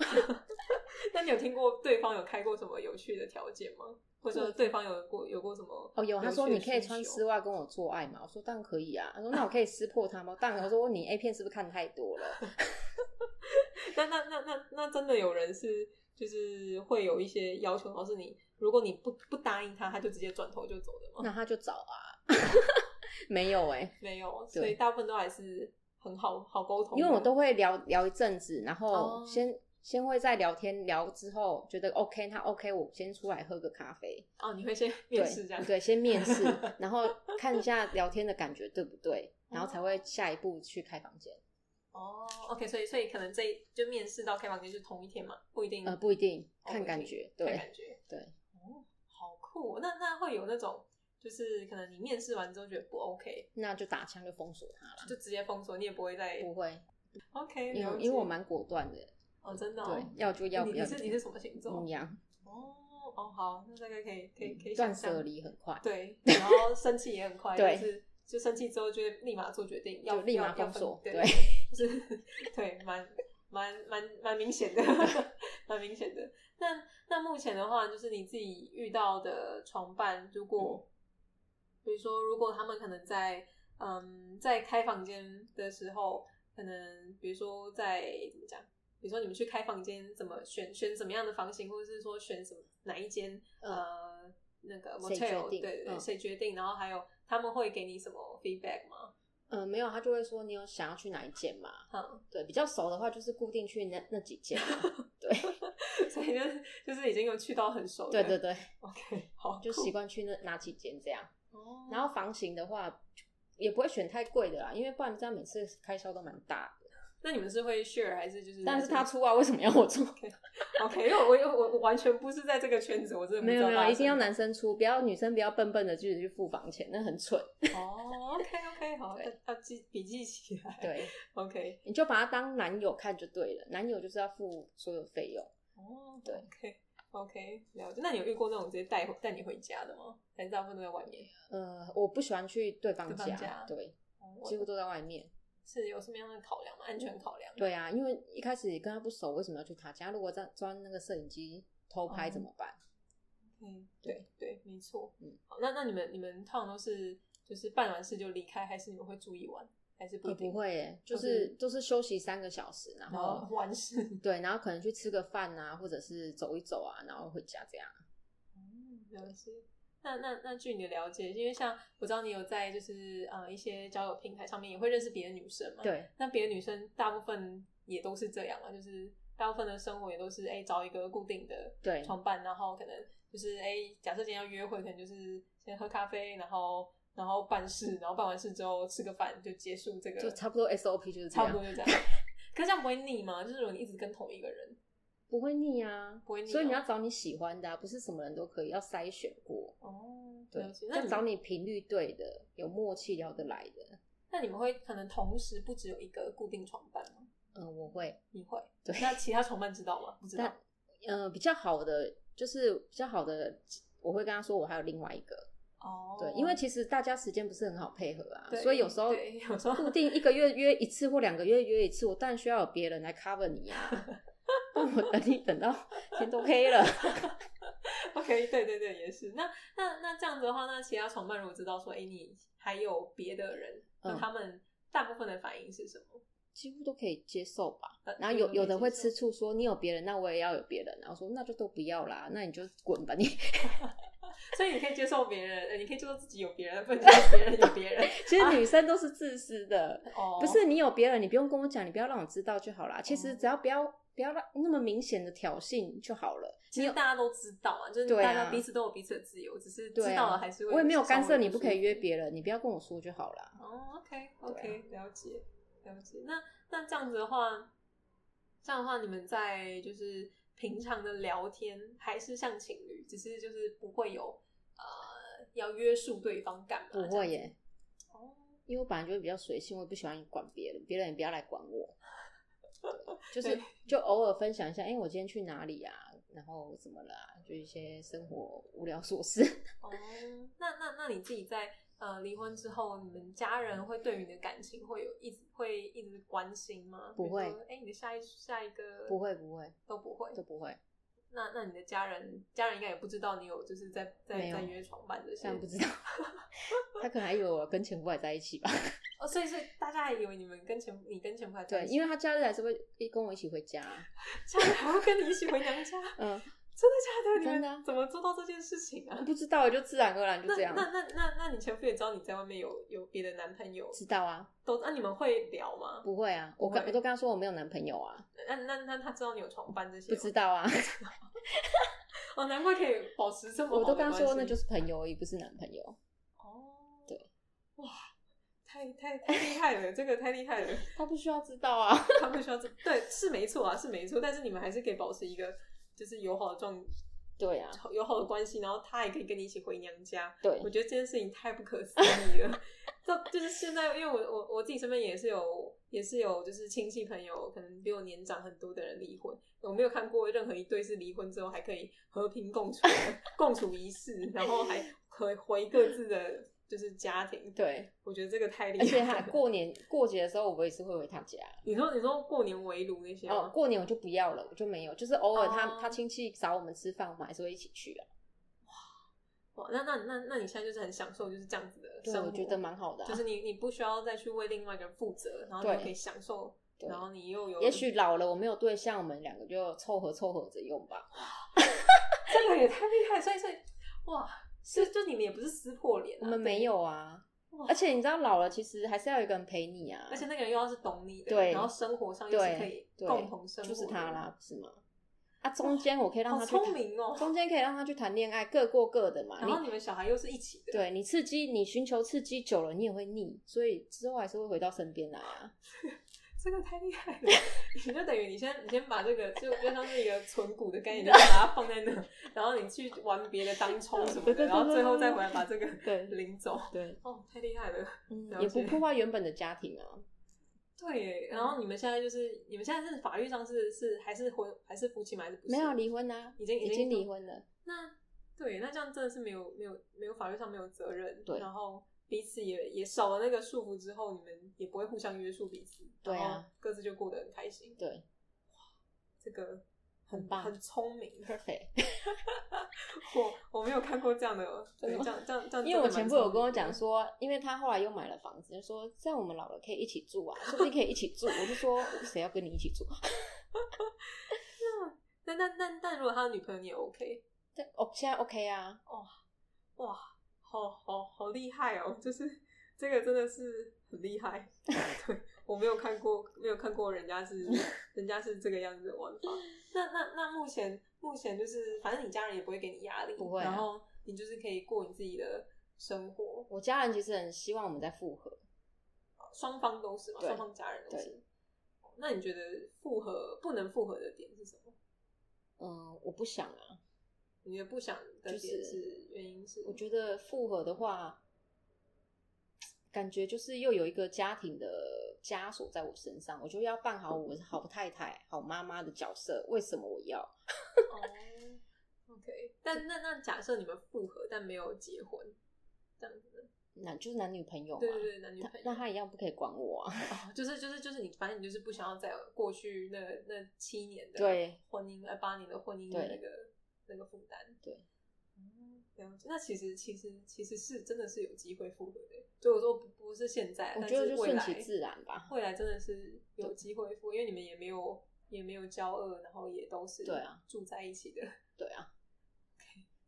Speaker 1: [LAUGHS] 那你有听过对方有开过什么有趣的条件吗？或者说对方有过有过什么？
Speaker 3: 哦，有，他说你可以穿丝
Speaker 1: 丝袜。
Speaker 3: 袜跟我做爱吗？我说当然可以啊。他说那我可以撕破它吗？当然。我说你 A 片是不是看太多了？ [LAUGHS]
Speaker 1: 那那那那那真的有人是就是会有一些要求，然后是你如果你不不答应他，他就直接转头就走的吗？ [LAUGHS]
Speaker 3: 那他就找啊。 [LAUGHS] 没有哎、
Speaker 1: 没有，哦
Speaker 3: 对
Speaker 1: 所以大部分都还是很好好沟通的。
Speaker 3: 因为我都会聊聊一阵子，然后
Speaker 1: 哦
Speaker 3: 先、先会在聊天聊之后觉得 OK，他 OK，我先出来喝个咖啡，
Speaker 1: 哦，你会先
Speaker 3: 对
Speaker 1: 面试这样，
Speaker 3: 对，先面
Speaker 1: [LAUGHS]
Speaker 3: 试，然后看一下聊天的感觉对不对，然后才会下一步去开房间。
Speaker 1: 哦，OK，所以所以可能这一就面试到开房间就同一天嘛，不一定，
Speaker 3: 呃，不一定，
Speaker 1: 哦
Speaker 3: 看
Speaker 1: 不一
Speaker 3: 感
Speaker 1: 定
Speaker 3: 觉，
Speaker 1: 看
Speaker 3: 对
Speaker 1: 感觉，
Speaker 3: 对。
Speaker 1: 哦，好酷哦、那那会有那种就是可能你面试完之后觉得不 OK，
Speaker 3: 那就打枪就封锁他了。
Speaker 1: 就直接封锁，你也不会再
Speaker 3: 不会，
Speaker 1: OK，
Speaker 3: 因
Speaker 1: 了
Speaker 3: 为
Speaker 1: 解
Speaker 3: 因为我蛮果断的，
Speaker 1: 哦，真的、哦，
Speaker 3: 对，要就要，
Speaker 1: 你
Speaker 3: 不
Speaker 1: 你
Speaker 3: 要嗯
Speaker 1: 是
Speaker 3: 就
Speaker 1: 你是什么星座？
Speaker 3: 母羊，
Speaker 1: 哦哦，好，那大概可以可以可以
Speaker 3: 断
Speaker 1: 想象
Speaker 3: 舍离很快， [LAUGHS]
Speaker 1: 对，然后生气也很快，
Speaker 3: 对
Speaker 1: 就是就生气之后就会立马做决定，要
Speaker 3: 就立马
Speaker 1: 要要
Speaker 3: 封锁
Speaker 1: 分
Speaker 3: 对
Speaker 1: 对，就是 [LAUGHS] 对，蛮蛮蛮蛮明显
Speaker 3: [LAUGHS]
Speaker 1: 的，蛮明显的。那那目前的话，就是你自己遇到的床伴，如果、
Speaker 3: 嗯
Speaker 1: 比如说，如果他们可能在嗯在开房间的时候，可能比如说在怎么讲？比如说你们去开房间，怎么选选怎么样的房型，或者是说选什么哪一间、
Speaker 3: 嗯
Speaker 1: 呃那个
Speaker 3: 谁决
Speaker 1: motel，对
Speaker 3: 定
Speaker 1: 对对，
Speaker 3: 嗯
Speaker 1: 谁决定？然后还有他们会给你什么 feedback 吗？ [LAUGHS]
Speaker 3: 嗯，没有，他就会说你有想要去哪一间嘛？
Speaker 1: 嗯，
Speaker 3: 对，比较熟的话就是固定去那那
Speaker 1: [LAUGHS]
Speaker 3: 几间嘛，对，
Speaker 1: 所以就是就是已经有去到很熟的，
Speaker 3: 对对对，
Speaker 1: ，OK，好，
Speaker 3: 就
Speaker 1: 酷
Speaker 3: 习惯去那哪几间这样。
Speaker 1: 哦，
Speaker 3: 然后房型的话，也不会选太贵的啦，因为不然这样每次开销都蛮大的。
Speaker 1: 那你们是会 share 还是就是？
Speaker 3: 但是他出啊，为什么要
Speaker 1: [LAUGHS]
Speaker 3: 我出？ [LAUGHS]
Speaker 1: OK，因为我我我我完全不是在这个圈子，我真的不
Speaker 3: 没
Speaker 1: 知
Speaker 3: 有
Speaker 1: 道
Speaker 3: 没
Speaker 1: 大
Speaker 3: 有，
Speaker 1: 家
Speaker 3: 一定要
Speaker 1: 怎么
Speaker 3: 男生出，不要女生不要笨笨的自己去付房钱，那很蠢。
Speaker 1: [LAUGHS] 哦，OK
Speaker 3: [LAUGHS]
Speaker 1: OK，好，要
Speaker 3: 对
Speaker 1: 要记笔记起来，
Speaker 3: 对，
Speaker 1: [LAUGHS] ，OK，
Speaker 3: 你就把他当男友看就对了，男友就是要付所有费用。
Speaker 1: 哦，
Speaker 3: 对
Speaker 1: ，OK， OK，了解。那你有遇过那种直接带带你回家的吗？还是大部分都在外面？
Speaker 3: 呃，我不喜欢去对方
Speaker 1: 对方家
Speaker 3: 对，
Speaker 1: 哦我
Speaker 3: 几乎都在外面。
Speaker 1: 是有什么样的考量吗？安全考量？，
Speaker 3: 对啊，因为一开始跟他不熟，为什么要去他家？如果在装那个摄影机偷拍
Speaker 1: 哦
Speaker 3: 怎么办？
Speaker 1: 嗯，对对，没错。
Speaker 3: 嗯，
Speaker 1: 好，那那你们你们通常都是就是办完事就离开，还是你们会住一晚，还是不
Speaker 3: 也
Speaker 1: 一定？
Speaker 3: 呃不会哦耶，
Speaker 1: 就
Speaker 3: 就是是就是休息三个小时，然
Speaker 1: 然后
Speaker 3: 后
Speaker 1: 完事。
Speaker 3: 对，然后可能去吃个饭啊，或者是走一走啊，然后回家这样。
Speaker 1: 嗯，了解。那那那据你的了解，因为像我知道你有在就是呃一些交友平台上面也会认识别的女生嘛，
Speaker 3: 对，
Speaker 1: 那别的女生大部分也都是这样嘛，就是大部分的生活也都是哎、找一个固定的
Speaker 3: 对
Speaker 1: 床伴，然后可能就是哎、假设今天要约会，可能就是先喝咖啡，然后然后办事，然后办完事之后吃个饭就结束这个，
Speaker 3: 就差不多 SOP 就是这
Speaker 1: 差不
Speaker 3: 样
Speaker 1: 多，就这样。
Speaker 3: [LAUGHS]
Speaker 1: 可是这样不会腻吗？就是如果你一直跟同一个人，
Speaker 3: 不会腻啊，
Speaker 1: 不会腻哦
Speaker 3: 所以你要找你喜欢的、啊，不是什么人都可以，要筛选过。
Speaker 1: 哦，
Speaker 3: 对
Speaker 1: 了解，那
Speaker 3: 要
Speaker 1: 你
Speaker 3: 找你频率对的，有默契聊得来的。
Speaker 1: 那你们会可能同时不只有一个固定床伴吗？
Speaker 3: 嗯，我会，
Speaker 1: 你会？
Speaker 3: 对
Speaker 1: 那其他床伴知道吗？不知道
Speaker 3: 但。嗯、比较好的就是比较好的，我会跟他说我还有另外一个，
Speaker 1: 哦
Speaker 3: 对，因为其实大家时间不是很好配合啊，
Speaker 1: 对
Speaker 3: 所以有时候
Speaker 1: 对有时候
Speaker 3: 固定一个月约一次或两个月约一次，我当然需要有别人来 cover 你啊，不然我等你
Speaker 1: [LAUGHS]
Speaker 3: 等到天都黑了。
Speaker 1: OK，对对对，也是。那那那这样子的话，那其他床伴如果知道说，哎，你还有别的人，那
Speaker 3: 嗯
Speaker 1: 他们大部分的反应是什么？
Speaker 3: 几乎都可以接受吧，
Speaker 1: 呃
Speaker 3: 然后
Speaker 1: 你
Speaker 3: 有
Speaker 1: 们
Speaker 3: 有的会
Speaker 1: 接受
Speaker 3: 吃醋说你有别人，那我也要有别人，然后说那就都不要啦，那你就
Speaker 1: [LAUGHS]
Speaker 3: 滚吧你，
Speaker 1: 所以你可以接受别人，呃你可以接受自己有别人，
Speaker 3: [LAUGHS]
Speaker 1: 不能接受别人有别人。
Speaker 3: 其实女生都是自私的，
Speaker 1: 哦，
Speaker 3: 不是你有别人，你不用跟我讲，你不要让我知道就好啦。其实只要不要不要让那么明显的挑衅就好了。
Speaker 1: 其实大家都知道啊，就是
Speaker 3: 对
Speaker 1: 大
Speaker 3: 啊
Speaker 1: 家彼此都有彼此的自由，只是知
Speaker 3: 对
Speaker 1: 道了
Speaker 3: 啊
Speaker 1: 还是，会。
Speaker 3: 我也没有干涉你不可以约别人，你不要跟我说就好啦。
Speaker 1: 哦，OK
Speaker 3: 啊
Speaker 1: OK，了解了解。那那这样子的话，这样的话，你们在就是平常的聊天还是像情侣，只是就是不会有呃要约束对方干嘛？
Speaker 3: 不
Speaker 1: 这样
Speaker 3: 会
Speaker 1: 子。
Speaker 3: 耶，
Speaker 1: 哦，
Speaker 3: [LAUGHS] 因为我本来就比较随性，我也不喜欢管别人，别人也不要来管我。对就是
Speaker 1: 对
Speaker 3: 就偶尔分享一下，哎、我今天去哪里啊？然后怎么了啊、就一些生活无聊琐事。 [LAUGHS]
Speaker 1: 哦，那那那你自己在呃离婚之后，你们家人会对于你的感情会有一直会一直关心吗？
Speaker 3: 不会
Speaker 1: 哎、诶你的下一下一个
Speaker 3: 不会不会
Speaker 1: 都不会
Speaker 3: 都。不会，
Speaker 1: 那那你的家人家人应该也不知道你有就是在在
Speaker 3: 没有
Speaker 1: 在约床伴这些，
Speaker 3: 当然不知道。 [LAUGHS] 他可能还以为我跟前夫还在一起吧？
Speaker 1: 哦，所以是大家还以为你们跟前你跟前夫还在
Speaker 3: 对
Speaker 1: 一，起 [LAUGHS]
Speaker 3: 因为他假日还是会一跟我一起回家、啊
Speaker 1: 这样还会跟你一起回娘
Speaker 3: [LAUGHS]
Speaker 1: 家，
Speaker 3: 嗯，
Speaker 1: 真的假的？你
Speaker 3: 真
Speaker 1: 们
Speaker 3: 的啊
Speaker 1: 怎么做到这件事情啊？
Speaker 3: 不知道，就自然而然就
Speaker 1: 那
Speaker 3: 这样。
Speaker 1: 那那那那你前夫也知道你在外面有有别的男朋友，
Speaker 3: 知道啊，
Speaker 1: 都那、你们会聊吗？
Speaker 3: 不会啊，
Speaker 1: 不
Speaker 3: 我
Speaker 1: 会
Speaker 3: 跟我都跟他说我没有男朋友啊，
Speaker 1: 那那那他知道你有床伴这些
Speaker 3: 不
Speaker 1: 吗？
Speaker 3: 知道啊，
Speaker 1: 哦，难怪可以保持这么好
Speaker 3: 我
Speaker 1: 的
Speaker 3: 都跟他说
Speaker 1: 哦关系
Speaker 3: 那就是朋友而已，不是男朋友。
Speaker 1: 哦，
Speaker 3: 对，
Speaker 1: 哇，太太太厉害了，这个太厉害了。
Speaker 3: 他不需要知道啊， [LAUGHS]
Speaker 1: 他们需要这对是没错啊，是没错，但是你们还是可以保持一个就是友好的状
Speaker 3: 对啊，
Speaker 1: 友好的关系，然后他也可以跟你一起回娘家。
Speaker 3: 对
Speaker 1: 我觉得这件事情太不可思议了。这就是现在，因为我我我自己身边也是有也是有就是亲戚朋友，可能比我年长很多的人离婚，我没有看过任何一对是离婚之后还可以和平共处的 [LAUGHS] 共处一室，然后还回回各自的就是家庭。，
Speaker 3: 对，
Speaker 1: 我觉得这个太厉害
Speaker 3: 而
Speaker 1: 了。
Speaker 3: 且他过年过节的时候，我也是会回他家。
Speaker 1: 你说你说过年围炉那些吗
Speaker 3: 哦，过年我就不要了，我就没有，就是偶尔他、
Speaker 1: 啊哦
Speaker 3: 他亲戚找我们吃饭，我们还是会一起去啊。
Speaker 1: 哇，那那那那你现在就是很享受就是这样子的
Speaker 3: 对，
Speaker 1: 生活，
Speaker 3: 我觉得蛮好的、啊。
Speaker 1: 就是你你不需要再去为另外一个人负责，然后你
Speaker 3: 对
Speaker 1: 又可以享受，
Speaker 3: 对
Speaker 1: 然后你又有，
Speaker 3: 也许老了我没有对象，我们两个就凑合凑合着用吧。
Speaker 1: 这个也太厉害，所以所以哇，是就你们也不是撕破脸、啊，
Speaker 3: 我们
Speaker 1: 对
Speaker 3: 没，有啊
Speaker 1: 哇，
Speaker 3: 而且你知道老了其实还是要有一个人陪你啊，
Speaker 1: 而且那个人又要是懂你的，
Speaker 3: 对
Speaker 1: 然后生活上又是可以
Speaker 3: 对对，
Speaker 1: 共同生活，
Speaker 3: 就是他，啦，不是吗？啊，中间我可以让
Speaker 1: 好
Speaker 3: 他去谈
Speaker 1: 聪明哦，
Speaker 3: 中间可以让他去谈恋爱，各过各的嘛。
Speaker 1: 然后
Speaker 3: 你
Speaker 1: 你们小孩又是一起的，
Speaker 3: 对你刺激，你寻求刺激久了，你也会腻，所以之后还是会回到身边来啊。
Speaker 1: 这个太厉害了！
Speaker 3: [LAUGHS]
Speaker 1: 你就等于你先你先把这个就就像是一个存股的概
Speaker 3: [LAUGHS]
Speaker 1: 念，你就把它放在那，然后你去玩别的当冲什么
Speaker 3: 对
Speaker 1: 的，
Speaker 3: 对对
Speaker 1: 然后最后再回来把这个
Speaker 3: 对
Speaker 1: 领走。
Speaker 3: 对，
Speaker 1: 哦，太厉害了！
Speaker 3: 嗯
Speaker 1: 了，解
Speaker 3: 也不破坏原本的家庭啊。
Speaker 1: 对耶，然后你们现在就是你们现在是法律上是是还是婚还是夫妻吗？还是不是
Speaker 3: 没有离婚啊，
Speaker 1: 已经
Speaker 3: 已经离婚
Speaker 1: [LAUGHS]
Speaker 3: 了。
Speaker 1: 那对，那这样真的是没有没有没有法律上没有责任，
Speaker 3: 对
Speaker 1: 然后彼此也也少了那个束缚之后，你们也不会互相约束彼此，
Speaker 3: 对啊，
Speaker 1: 各自就过得很开心，
Speaker 3: 对
Speaker 1: 这个
Speaker 3: 很棒
Speaker 1: 很聪
Speaker 3: [LAUGHS]
Speaker 1: 明。
Speaker 3: ，perfect。
Speaker 1: 我我没有看过这样的，对，这样这样这样，
Speaker 3: 因为我前夫有跟我讲，说，因为他后来又买了房子，就说这样我们老了可以一起住啊，说不定可以一起住。 [LAUGHS] 我就说谁要跟你一起住？ [LAUGHS]
Speaker 1: 那那那那如果他的女朋友你也 OK，
Speaker 3: 但哦，现在 OK 啊，
Speaker 1: 哇，好好好厉害哦，就是这个真的是很厉害， [LAUGHS] 对我没有看过，没有看过人家是人家是这个样子的玩法。 [LAUGHS] 那那那目前目前就是，反正你家人也不会给你压力，
Speaker 3: 不会啊
Speaker 1: 然后你就是可以过你自己的生活，
Speaker 3: 我家人其实很希望我们在复合，
Speaker 1: 双方都是嘛，
Speaker 3: 对
Speaker 1: 双方家人都是。那你觉得复合不能复合的点是什么？
Speaker 3: 嗯，我不想啊，
Speaker 1: 你的不想的
Speaker 3: 就是
Speaker 1: 点是原因是？
Speaker 3: 我觉得复合的话，感觉就是又有一个家庭的枷锁在我身上，我就要扮好我是好太太、好妈妈的角色。为什么我要？ [LAUGHS]
Speaker 1: 哦，OK，但那那假设你们复合但没有结婚，这样子的，
Speaker 3: 男就是男女朋友嘛，
Speaker 1: 对对对，男女
Speaker 3: 他
Speaker 1: 朋友，
Speaker 3: 哦那他一样不可以管我啊。
Speaker 1: 哦就是就是就是你，反正你就是不想要在过去那那七年的
Speaker 3: 对
Speaker 1: 婚姻，呃八年的婚姻的
Speaker 3: 对
Speaker 1: 那个那个负担，
Speaker 3: 对
Speaker 1: 嗯，了解。那其实其实其实是真的是有机会复合的，所以我说不不是现在，
Speaker 3: 我
Speaker 1: 哎但
Speaker 3: 觉得
Speaker 1: 是
Speaker 3: 就
Speaker 1: 未
Speaker 3: 顺
Speaker 1: 来
Speaker 3: 其自然吧。
Speaker 1: 未来真的是有机会复合，因为你们也没有也没有交恶，然后也都是
Speaker 3: 对啊
Speaker 1: 住在一起的。
Speaker 3: 对啊，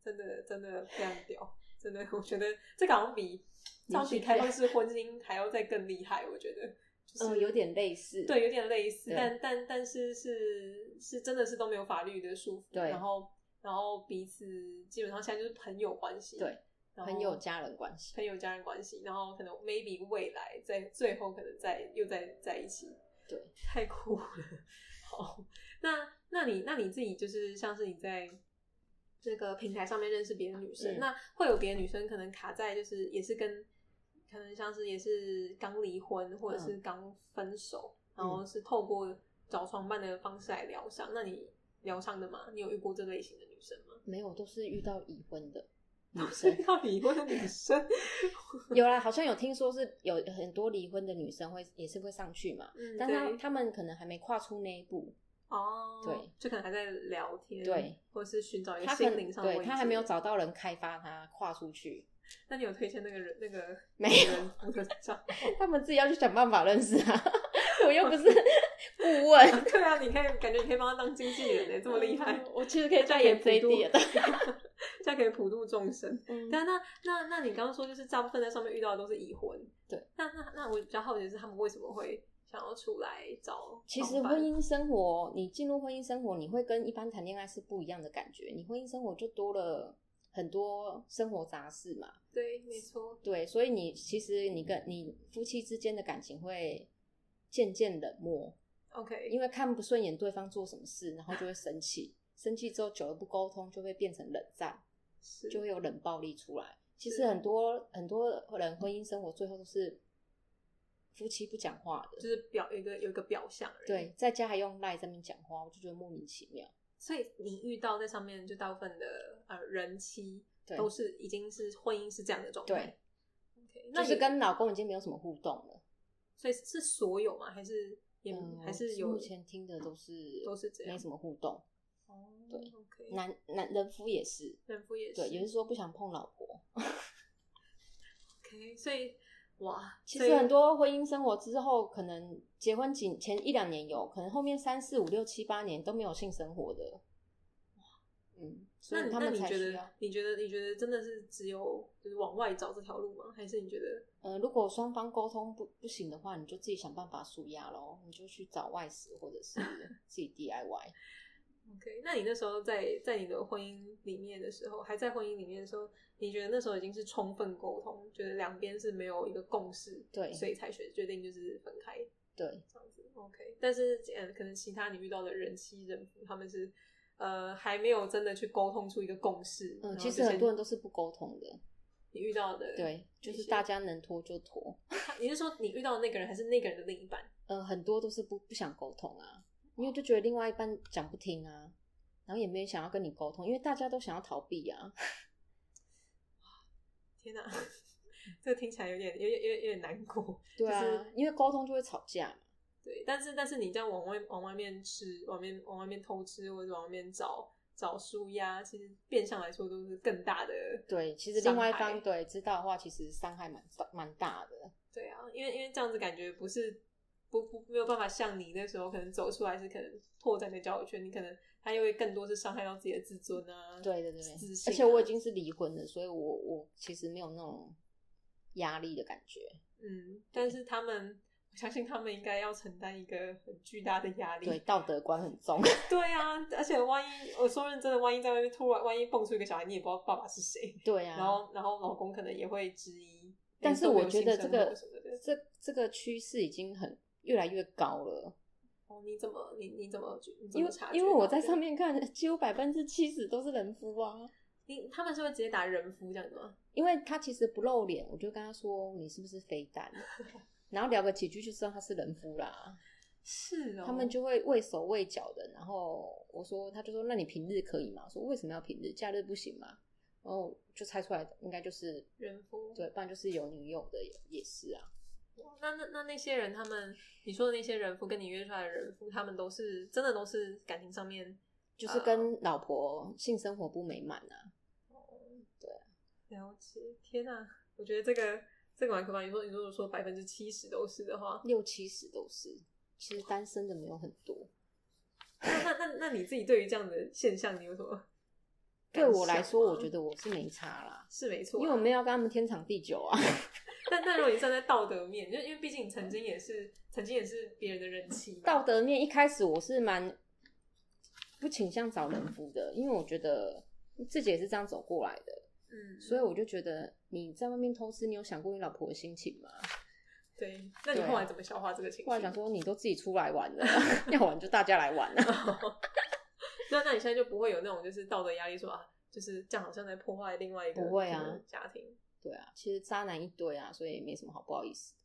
Speaker 1: 真的真的非常屌， [LAUGHS] 真的，我觉得这个好像比这好像比
Speaker 3: 你去
Speaker 1: 开放式婚姻还要再更厉害，我觉得就是、
Speaker 3: 嗯，有点类似。
Speaker 1: 对，有点类似，
Speaker 3: 对
Speaker 1: 但但但是是是真的是都没有法律的束缚，
Speaker 3: 对
Speaker 1: 然后然后彼此基本上现在就是朋友关系，
Speaker 3: 对，
Speaker 1: 然后
Speaker 3: 朋友家人关系。
Speaker 1: 朋友家人关系，然后可能 maybe 未来在最后可能再又再在一起，
Speaker 3: 对，
Speaker 1: 太酷了。 [LAUGHS] 好，那那你那你自己就是像是你在这个平台上面认识别的女生，
Speaker 3: 嗯
Speaker 1: 那会有别的女生可能卡在就是也是跟可能像是也是刚离婚或者是
Speaker 3: 嗯
Speaker 1: 刚分手，然后是透过找床伴的方式来疗伤，那你疗伤的吗？你有遇过这类型的女生吗？
Speaker 3: 没有，都是遇到已婚的女
Speaker 1: 是
Speaker 3: 生。
Speaker 1: [LAUGHS] 要离婚的女生，
Speaker 3: 有啦，好像有听说是有很多离婚的女生会也是会上去嘛，
Speaker 1: 嗯，
Speaker 3: [LAUGHS] 但她
Speaker 1: 对
Speaker 3: 她们可能还没跨出那一步，
Speaker 1: 哦，
Speaker 3: 对，
Speaker 1: 就可能还在聊天，
Speaker 3: 对，
Speaker 1: 或是寻找一个
Speaker 3: 她可
Speaker 1: 心
Speaker 3: 能
Speaker 1: 灵上的慰
Speaker 3: 对
Speaker 1: 藉，
Speaker 3: 她还没有找到人开发她跨出去，
Speaker 1: 那你有推荐那个人那个
Speaker 3: 没有
Speaker 1: 有我的账号？
Speaker 3: 他们自己要去想办法认识啊，我又不是顾
Speaker 1: [LAUGHS]
Speaker 3: 问，嗯
Speaker 1: 对啊，你可以感觉你可以帮他当经纪人 [LAUGHS] 欸呢，这么厉害，
Speaker 3: 我其实哦可以再演这一点的，
Speaker 1: [LAUGHS] 这样可以普度众生。
Speaker 3: 嗯
Speaker 1: 但那那那你刚刚说就是大部分在上面遇到的都是已婚，
Speaker 3: 对。
Speaker 1: 那那那我比较好奇的是他们为什么会想要出来找
Speaker 3: 其
Speaker 1: 帮
Speaker 3: 实
Speaker 1: 办
Speaker 3: 婚姻生活，你进入婚姻生活，你会跟一般谈恋爱是不一样的感觉，你婚姻生活就多了很多生活杂事嘛，
Speaker 1: 对，没错，
Speaker 3: 对，所以你其实你跟你夫妻之间的感情会渐渐冷漠，
Speaker 1: OK，
Speaker 3: 因为看不顺眼对方做什么事，然后就会生气，生气之后久了不沟通，就会变成冷战，
Speaker 1: 是
Speaker 3: 就会有冷暴力出来。其
Speaker 1: 是
Speaker 3: 实很多很多人婚姻生活最后都是夫妻不讲话的，
Speaker 1: 就是表有一个有一个表象而已。
Speaker 3: 对，在家还用赖在那边讲话，我就觉得莫名其妙。
Speaker 1: 所以你遇到在上面就大部分的呃人妻
Speaker 3: 对，
Speaker 1: 都是已经是婚姻是这样的状态
Speaker 3: 对。
Speaker 1: OK，那
Speaker 3: 就是
Speaker 1: 你
Speaker 3: 跟老公已经没有什么互动了。
Speaker 1: 所以是所有吗？还是也、
Speaker 3: 嗯，
Speaker 1: 还是
Speaker 3: 我
Speaker 1: 有
Speaker 3: 目前听的都是
Speaker 1: 都是这样
Speaker 3: 没什么互动。
Speaker 1: 哦，
Speaker 3: 对
Speaker 1: ，OK，
Speaker 3: 男男人夫也是，
Speaker 1: 人夫也是，
Speaker 3: 对，也是说不想碰老婆。
Speaker 1: OK，所以哇，
Speaker 3: 其
Speaker 1: 所
Speaker 3: 实
Speaker 1: 以
Speaker 3: 很多婚姻生活之后，可能结婚几前一两年有，可能后面三四五六七八年都没有性生活的。嗯，所
Speaker 1: 那
Speaker 3: 以
Speaker 1: 你
Speaker 3: 他
Speaker 1: 那
Speaker 3: 们
Speaker 1: 你
Speaker 3: 才
Speaker 1: 觉
Speaker 3: 需
Speaker 1: 得
Speaker 3: 要。
Speaker 1: 你觉得你觉得真的是只有就是往外找这条路吗？还是你觉得
Speaker 3: 呃，如果双方沟通不不行的话，你就自己想办法舒压咯，你就去找外食或者
Speaker 1: [LAUGHS]
Speaker 3: 是自己 DIY。
Speaker 1: OK？那你那时候在在你的婚姻里面的时候，还在婚姻里面的时候，你觉得那时候已经是充分沟通，觉得两边是没有一个共识，
Speaker 3: 对
Speaker 1: 所以才决决定就是分开
Speaker 3: 对，
Speaker 1: 这样子 OK？但是嗯、呃可能其他你遇到的人妻人夫他们是。呃，还没有真的去沟通出一个共识。然
Speaker 3: 嗯，
Speaker 1: 后
Speaker 3: 其
Speaker 1: 就
Speaker 3: 实很
Speaker 1: 先
Speaker 3: 多人都是不沟通的。
Speaker 1: 你遇到的，
Speaker 3: 对，就
Speaker 1: 一
Speaker 3: 是
Speaker 1: 些
Speaker 3: 大家能拖就拖。
Speaker 1: 他你是说你遇到的那个人，还是那个人的另一半？ [LAUGHS]
Speaker 3: 呃，很多都是不不想沟通啊，因为就觉得另外一半讲不听啊，然后也没有想要跟你沟通，因为大家都想要逃避啊。
Speaker 1: 天哪、 [LAUGHS] 这听起来有点有点有点有点难过。
Speaker 3: 对啊，
Speaker 1: 就是
Speaker 3: 因为沟通就会吵架嘛。
Speaker 1: 对，但是但是你这样往外往外面吃，往面往外面偷吃，或者往外面找找书呀，其实变相来说都是更大的。
Speaker 3: 对，其实另外一
Speaker 1: 伤害
Speaker 3: 方对知道的话，其实伤害蛮大蛮大的。
Speaker 1: 对啊，因为因为这样子感觉不是不不没有办法像你那时候可能走出来是可能拓展你的交友圈，你可能他又会更多是伤害到自己的自尊啊。
Speaker 3: 对对对
Speaker 1: 自
Speaker 3: 对，
Speaker 1: 信啊
Speaker 3: 而且我已经是离婚了，所以我我其实没有那种压力的感觉。
Speaker 1: 嗯，但是他们。我相信他们应该要承担一个很巨大的压力。
Speaker 3: 对，道德观很重。 [LAUGHS]
Speaker 1: 对啊，而且万一我说认真的，万一在外面突然万一蹦出一个小孩，你也不知道爸爸是谁，
Speaker 3: 对啊，
Speaker 1: 然后然后老公可能也会质疑。
Speaker 3: 但是我觉得这
Speaker 1: 诶
Speaker 3: 个
Speaker 1: 都没有性生活什么的
Speaker 3: 这这个趋势已经很越来越高了，
Speaker 1: 哦，你怎么你你怎么觉你怎
Speaker 3: 因
Speaker 1: 么
Speaker 3: 为
Speaker 1: 察觉
Speaker 3: 因为我在
Speaker 1: 到
Speaker 3: 上面看，几乎百分之七十都是人夫啊。
Speaker 1: 这个，你他们是会直接打人夫这样子吗？
Speaker 3: 因为他其实不露脸，我就跟他说你是不是飞单， [LAUGHS] 然后聊个几句就知道他是人夫啦。
Speaker 1: 是哦，
Speaker 3: 他们就会畏手畏脚的。然后我说，他就说，那你平日可以吗？我说为什么要平日？假日不行吗？然后就猜出来，应该就是
Speaker 1: 人夫
Speaker 3: 对，不然就是有女友的也也是啊。
Speaker 1: 那那那那些人，他们你说的那些人夫跟你约出来的人夫，他们都是真的都是感情上面
Speaker 3: 就是跟老婆性生活不美满啊，
Speaker 1: 了解。天哪、我觉得这个这个蛮可怕。你说你如果说百分之七十都是的话，
Speaker 3: 六七十都是。其实单身的没有很多，
Speaker 1: 那那那那你自己对于这样的现象，你有什么感
Speaker 3: 对
Speaker 1: 想吗？
Speaker 3: 我来说，我觉得我是没差啦，
Speaker 1: 是没啊错啊、
Speaker 3: 因为我没有要跟他们天长地久
Speaker 1: [LAUGHS]
Speaker 3: 啊。
Speaker 1: 但但如果你站在道德面，就因为毕竟你曾经也是曾经也是别人的人妻嘛，
Speaker 3: 道德面一开始我是蛮不倾向找人夫的，因为我觉得自己也是这样走过来的。
Speaker 1: 嗯，
Speaker 3: 所以我就觉得你在外面偷吃，你有想过你老婆的心情吗？
Speaker 1: 对。那你
Speaker 3: 对啊
Speaker 1: 后来怎么消化这个情绪？
Speaker 3: 后来想说，你都自己出来玩了， [LAUGHS] 要玩就大家来玩啊。 [LAUGHS]
Speaker 1: 那那你现在就不会有那种就是道德压力说啊，就是这样好像在破坏另外一个
Speaker 3: 不会啊
Speaker 1: 可能家庭。
Speaker 3: 对啊，其实渣男一堆啊，所以没什么好不好意思。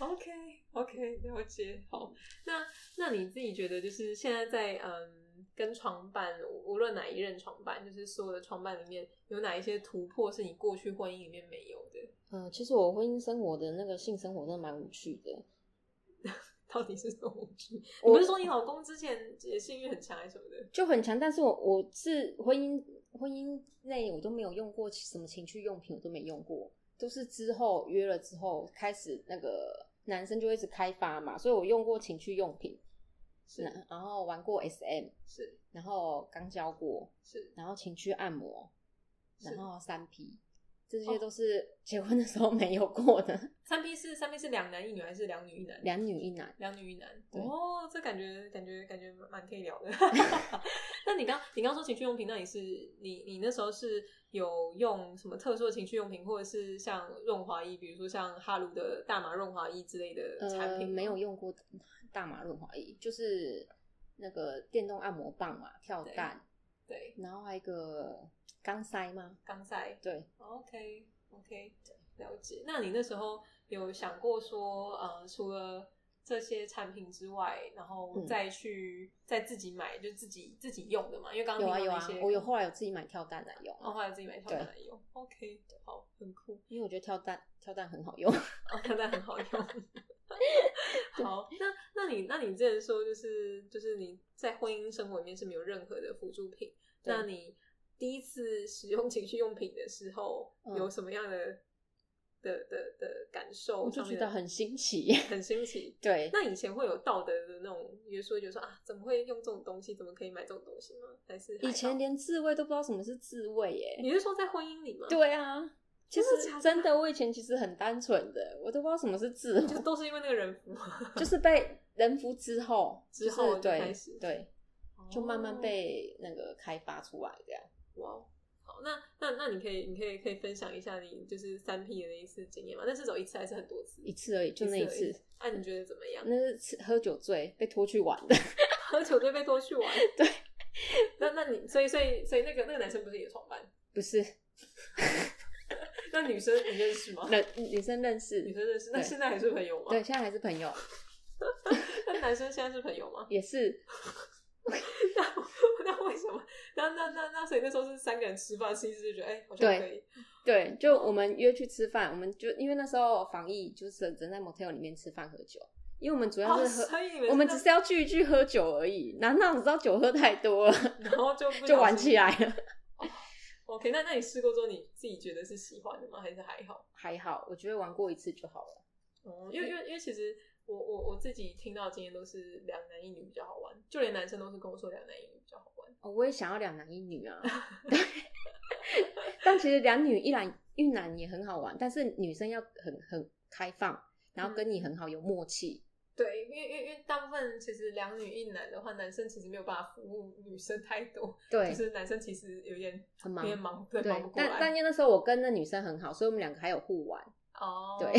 Speaker 1: OK OK，了解。好，那那你自己觉得就是现在在嗯跟床伴，无无论哪一任床伴，就是所有的床伴里面，有哪一些突破是你过去婚姻里面没有的？
Speaker 3: 嗯，其实我婚姻生活的那个性生活真的蛮无趣的。
Speaker 1: 到底是什么 [LAUGHS] 东西？你
Speaker 3: 我
Speaker 1: 不是说你老公之前也性欲很强还是什么的？
Speaker 3: 就很强，但是我我是婚姻婚姻内我都没有用过什么情趣用品，我都没用过，都是之后约了之后开始那个男生就会一直开发嘛，所以我用过情趣用品，
Speaker 1: 是
Speaker 3: 然然后玩过 SM，
Speaker 1: 是
Speaker 3: 然后刚交过，
Speaker 1: 是
Speaker 3: 然后情趣按摩，
Speaker 1: 是哦
Speaker 3: 然后三 P，这些都是结婚的时候 [LAUGHS] 没有过的，
Speaker 1: 三 P 是三 P 是两男一女还是两女一男？
Speaker 3: 两女一男。
Speaker 1: 两女一男。
Speaker 3: 对
Speaker 1: 哦，这感觉感觉感觉蛮可以聊
Speaker 3: [LAUGHS]
Speaker 1: 的。 [LAUGHS] 那你刚你刚说情趣用品，那你是你你那时候是有用什么特殊的情趣用品，或者是像润滑液，比如说像哈鲁的大麻润滑液之类的产
Speaker 3: 呃，
Speaker 1: 品、
Speaker 3: 没有。用过大麻润滑液，就是那个电动按摩棒嘛，跳
Speaker 1: 对
Speaker 3: 蛋，
Speaker 1: 对，
Speaker 3: 然后还有一个钢塞吗？
Speaker 1: 刚在。
Speaker 3: 对，
Speaker 1: OK OK，了解。那你那时候有想过说，呃，除了这些产品之外，然后
Speaker 3: 嗯
Speaker 1: 再去、再自己买，就自己自己用的嘛？因为刚
Speaker 3: 有
Speaker 1: 刚
Speaker 3: 啊
Speaker 1: 听
Speaker 3: 有
Speaker 1: 到那
Speaker 3: 啊
Speaker 1: 些，，
Speaker 3: 我有后来有自己买跳蛋来用啊、
Speaker 1: 哦，后来自己买跳
Speaker 3: 对
Speaker 1: 蛋来用。OK，好，很酷，
Speaker 3: 因为我觉得跳蛋跳蛋很好用。
Speaker 1: 哦，跳蛋很好用。
Speaker 3: [LAUGHS]
Speaker 1: 好，那那你那你之前说就是就是你在婚姻生活里面是没有任何的辅助品，
Speaker 3: 对
Speaker 1: 那你第一次使用情趣用品的时候、
Speaker 3: 嗯
Speaker 1: 有什么样的的的的感受？
Speaker 3: 我就
Speaker 1: 上面
Speaker 3: 觉得很新奇
Speaker 1: 很新奇。
Speaker 3: [LAUGHS] 对，
Speaker 1: 那以前会有道德的那种约束，觉得说啊，怎么会用这种东西？怎么可以买这种东西吗？还是还好
Speaker 3: 以前连自慰都不知道什么是自慰耶。
Speaker 1: 你是说在婚姻里吗？，
Speaker 3: 对啊，其
Speaker 1: 真的假的
Speaker 3: 实真的，我以前其实很单纯的，我都不知道什么是自
Speaker 1: 就
Speaker 3: 慰，
Speaker 1: 都是因为那个人服吗，
Speaker 3: [LAUGHS] 就是被人夫之后，
Speaker 1: 之
Speaker 3: 就是
Speaker 1: 后就开
Speaker 3: 对
Speaker 1: 始
Speaker 3: 对，就慢慢被那个开发出来这样。
Speaker 1: 哦哇。好，那那那你可以，你可以可以分享一下你就是三 P 的那一次经验吗？那是走一次还是很多次？
Speaker 3: 一次而已，就那一
Speaker 1: 而已
Speaker 3: 次，。
Speaker 1: 啊，你觉得怎么样？ [LAUGHS]
Speaker 3: 那是吃喝酒醉被拖去玩的。
Speaker 1: 喝酒就被拖去玩？
Speaker 3: [LAUGHS]
Speaker 1: [LAUGHS]
Speaker 3: 对。
Speaker 1: 那那你所以所以所以那个那个男生不是你的床伴？
Speaker 3: 不是，
Speaker 1: 那女生你认识吗？
Speaker 3: 那女生认
Speaker 1: 女生
Speaker 3: 识，
Speaker 1: 认识，那
Speaker 3: 对
Speaker 1: 现在还是朋友吗？
Speaker 3: 对，，现在还是朋友，
Speaker 1: [LAUGHS] 那男生现在是朋友吗？ [LAUGHS]
Speaker 3: 也是
Speaker 1: 那那为什么？那那那那所以那时候是三个人吃饭，其实就觉得哎、好像
Speaker 3: 对
Speaker 1: 可以，
Speaker 3: 对，就我们约去吃饭，我们就因为那时候防疫，就是只能在 motel 里面吃饭喝酒，因为我们主要
Speaker 1: 哦，
Speaker 3: 是喝，
Speaker 1: 所以你们
Speaker 3: 我们
Speaker 1: 那
Speaker 3: 只是要聚一聚喝酒而已，哪哪知道酒喝太多了，
Speaker 1: 然后就不
Speaker 3: 就
Speaker 1: 小
Speaker 3: 玩
Speaker 1: 心
Speaker 3: 起来了。 [LAUGHS]
Speaker 1: OK，那那你试过之后，你自己觉得是喜欢的吗？还是还好？
Speaker 3: 还好，我觉得玩过一次就好了。
Speaker 1: 哦、因为因为因为其实我我我自己听到的经验都是两男一女比较好玩，就连男生都是跟我说两男一女比较好玩。
Speaker 3: 哦，我也想要两男一女 [LAUGHS] 啊，但其实两女一男一男也很好玩，但是女生要很很开放，然后跟你很好有默契。
Speaker 1: 对，因为因为因为大部分其实两女一男的话，男生其实没有办法服务女生太多，
Speaker 3: 对，
Speaker 1: 就是男生其实有点
Speaker 3: 很
Speaker 1: 有
Speaker 3: 忙。
Speaker 1: 点忙，对，
Speaker 3: 对
Speaker 1: 忙不，过
Speaker 3: 但但因
Speaker 1: 来。
Speaker 3: 为那时候我跟那女生很好，所以我们两个还有互玩，
Speaker 1: 哦，
Speaker 3: 对。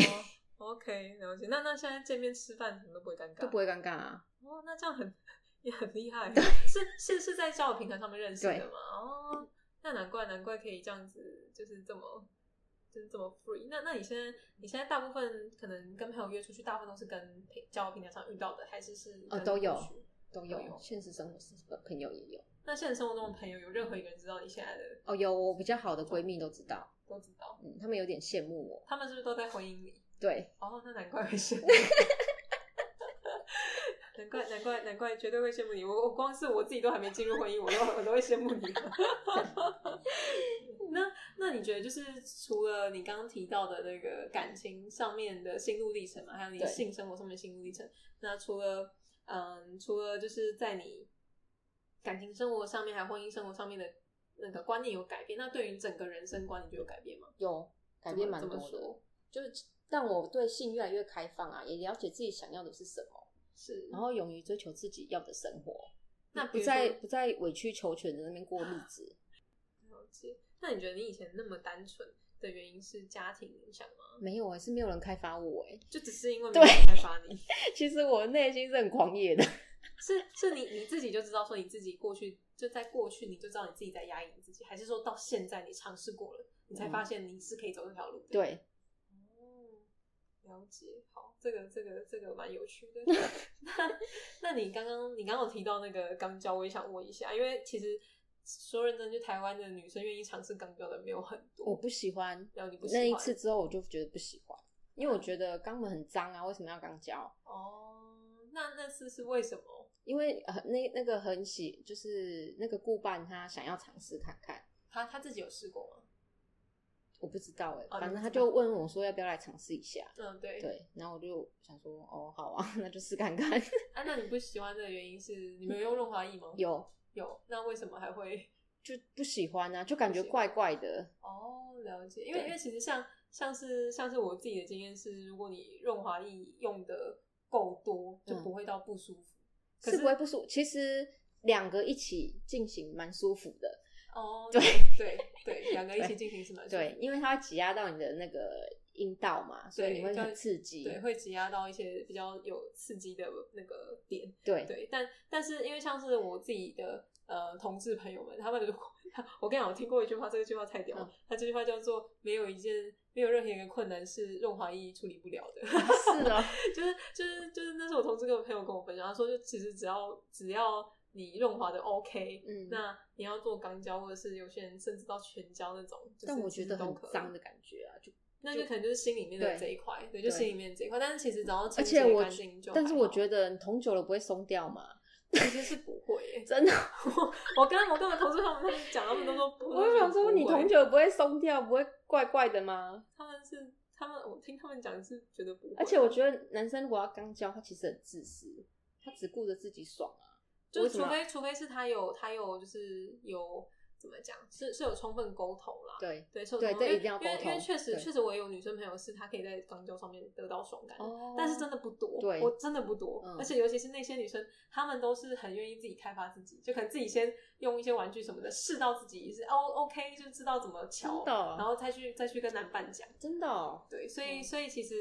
Speaker 1: OK，了解。那那现在见面吃饭什么都不会尴尬，
Speaker 3: 都不会尴尬啊。
Speaker 1: 哦，那这样很也很厉害，是是是在交友平台上面认识的
Speaker 3: 对
Speaker 1: 吗？哦，那难怪难怪可以这样子，就是这么就是这么 free。那那你现在你现在大部分可能跟朋友约出去，大部分都是跟平交友平台上遇到的，还是是
Speaker 3: 哦
Speaker 1: 跟
Speaker 3: 都有
Speaker 1: 过去
Speaker 3: 都
Speaker 1: 都有
Speaker 3: 有，现实生活是呃朋友也有。
Speaker 1: 那现实生活中的朋友有任何一个人知道你现在的
Speaker 3: 哦，有我比较好的闺蜜都知道，
Speaker 1: 都知道，
Speaker 3: 嗯，她们有点羡慕我。
Speaker 1: 他们是不是都在婚姻里？
Speaker 3: 对，
Speaker 1: 哦，那难怪会羡慕。 [LAUGHS] 难怪，难怪，难怪，绝对会羡慕你。我我光是我自己都还没进入婚姻，我都我都会羡慕你了。 [LAUGHS] 那那你觉得，就是除了你刚刚提到的那个感情上面的心路历程嘛，还有你
Speaker 3: 对
Speaker 1: 性生活上面的心路历程，那除了嗯，除了就是在你感情生活上面，还有婚姻生活上面的那个观念有改变，那对于整个人生观，你觉得有改变吗？
Speaker 3: 有改变蛮
Speaker 1: 怎么
Speaker 3: 多
Speaker 1: 怎么
Speaker 3: 的
Speaker 1: 说，
Speaker 3: 就是让我对性越来越开放啊，也了解自己想要的是什么，
Speaker 1: 是，
Speaker 3: 然后勇于追求自己要的生活，
Speaker 1: 嗯那比
Speaker 3: 不
Speaker 1: 如
Speaker 3: 再
Speaker 1: 说
Speaker 3: 不再委曲求全的那边过日子。
Speaker 1: 了解。那你觉得你以前那么单纯的原因是家庭影响吗？
Speaker 3: 没有哎、是没有人开发我哎、
Speaker 1: 就只是因为没
Speaker 3: 对
Speaker 1: 有人开发你，
Speaker 3: [LAUGHS] 其实我内心是很狂野的。 [LAUGHS]
Speaker 1: 是是你你自己就知道说你自己过去就在过去你就知道你自己在压抑你自己，还是说到现在你尝试过了，你才发现你是可以走这条路的？
Speaker 3: 对，
Speaker 1: 哦，了解，好，这个这个这个蛮有趣
Speaker 3: [LAUGHS]
Speaker 1: 的。那那你刚刚你刚刚有提到那个肛交，我也想问一下，因为其实说认真，就台湾的女生愿意尝试肛交的没有很
Speaker 3: 我
Speaker 1: 多，
Speaker 3: 不喜欢
Speaker 1: 然后你不喜
Speaker 3: 那
Speaker 1: 欢
Speaker 3: 一次之后，我就觉得不喜欢，因为我觉得肛门很脏啊，为什么要肛交？
Speaker 1: 哦，那那次是为什么？
Speaker 3: 因为呃那那个很喜，就是那个顾伴他想要尝试看看，
Speaker 1: 他他自己有试过吗？
Speaker 3: 我不知道哎、
Speaker 1: 哦
Speaker 3: 反
Speaker 1: 你不
Speaker 3: 正
Speaker 1: 知道
Speaker 3: 他就问我说要不要来尝试一下，
Speaker 1: 嗯，对。
Speaker 3: 对，然后我就想说哦好啊， [LAUGHS] 那就试看看。
Speaker 1: 啊，那你不喜欢的原因是你没有用润滑液吗？
Speaker 3: 有
Speaker 1: 有，那为什么还
Speaker 3: [LAUGHS]
Speaker 1: 会？
Speaker 3: 就不喜欢啊，就感觉
Speaker 1: 不喜欢
Speaker 3: 怪怪的，
Speaker 1: 哦，了解。因为
Speaker 3: 对
Speaker 1: 因为其实像像是像是我自己的经验是，如果你润滑液用的够多，就
Speaker 3: 嗯
Speaker 1: 不会到不舒服。可
Speaker 3: 是不会不舒服。其实两个一起进行蛮舒服的，
Speaker 1: 哦，
Speaker 3: 对
Speaker 1: 对对，两个一起进行是蛮舒服
Speaker 3: 对，因为它会挤压到你的那个阴道嘛，所以
Speaker 1: 对
Speaker 3: 你会
Speaker 1: 就
Speaker 3: 很刺激，
Speaker 1: 对，会挤压到一些比较有刺激的那个点。
Speaker 3: 对
Speaker 1: 对，但但是因为像是我自己的呃同志朋友们，他们如果 [LAUGHS] 我跟你讲，我听过一句话，这个句话太屌了，
Speaker 3: 嗯
Speaker 1: 他这句话叫做“没有一件没有任何一个困难是润滑液处理不了的”，[LAUGHS]
Speaker 3: [LAUGHS] 是哦，
Speaker 1: 就是就是就是那是我同志跟我朋友跟我分享，他说就其实只要只要你润滑的 OK，、
Speaker 3: 嗯，
Speaker 1: 那你要做肛交或者是有些人甚至到全交那种，就是
Speaker 3: 但我
Speaker 1: 其
Speaker 3: 觉
Speaker 1: 实
Speaker 3: 得
Speaker 1: 都
Speaker 3: 很
Speaker 1: 可以
Speaker 3: 脏的，感觉啊，就
Speaker 1: 那就可能就是心里面的
Speaker 3: 对
Speaker 1: 这一块，对，就
Speaker 3: 对嗯
Speaker 1: 心里面这一块，但是其实只要
Speaker 3: 而
Speaker 1: 清洁
Speaker 3: 且我
Speaker 1: 干净就，
Speaker 3: 但是我
Speaker 1: 得
Speaker 3: 觉得你捅久了不会松掉嘛，
Speaker 1: 其实是不会耶、
Speaker 3: 真的，
Speaker 1: [LAUGHS] 我跟我跟我同事他们他们讲，他们都说不，
Speaker 3: 我想说你
Speaker 1: 同
Speaker 3: 捅久了不会松掉，不会怪怪的吗？
Speaker 1: 他们是他们，我听他们讲是觉得不会，
Speaker 3: 而且我觉得男生如果要刚交，他其实很自私，他只顾着自己爽啊，
Speaker 1: 就是
Speaker 3: 为什
Speaker 1: 除
Speaker 3: 么
Speaker 1: 非除非是他有他有就是有怎么讲，是是有充分沟通啦。
Speaker 3: 对，
Speaker 1: 对，是有
Speaker 3: 对
Speaker 1: 充分
Speaker 3: 这一定
Speaker 1: 因
Speaker 3: 要
Speaker 1: 为
Speaker 3: 沟
Speaker 1: 因为因为
Speaker 3: 通
Speaker 1: 确实
Speaker 3: 对
Speaker 1: 确实我也有女生朋友是她可以在肛交上面得到爽感的，
Speaker 3: 哦
Speaker 1: 但是真的不多，
Speaker 3: 对
Speaker 1: 我真的不多，
Speaker 3: 嗯
Speaker 1: 而且尤其是那些女生，她们都是很愿意自己开发自己，就可能自己先用一些玩具什么的试到自己是哦 OK 就知道怎么瞧
Speaker 3: 真，的哦，
Speaker 1: 然后再去再去跟男伴讲。
Speaker 3: 真的哦，
Speaker 1: 对，所以
Speaker 3: 嗯
Speaker 1: 所以其实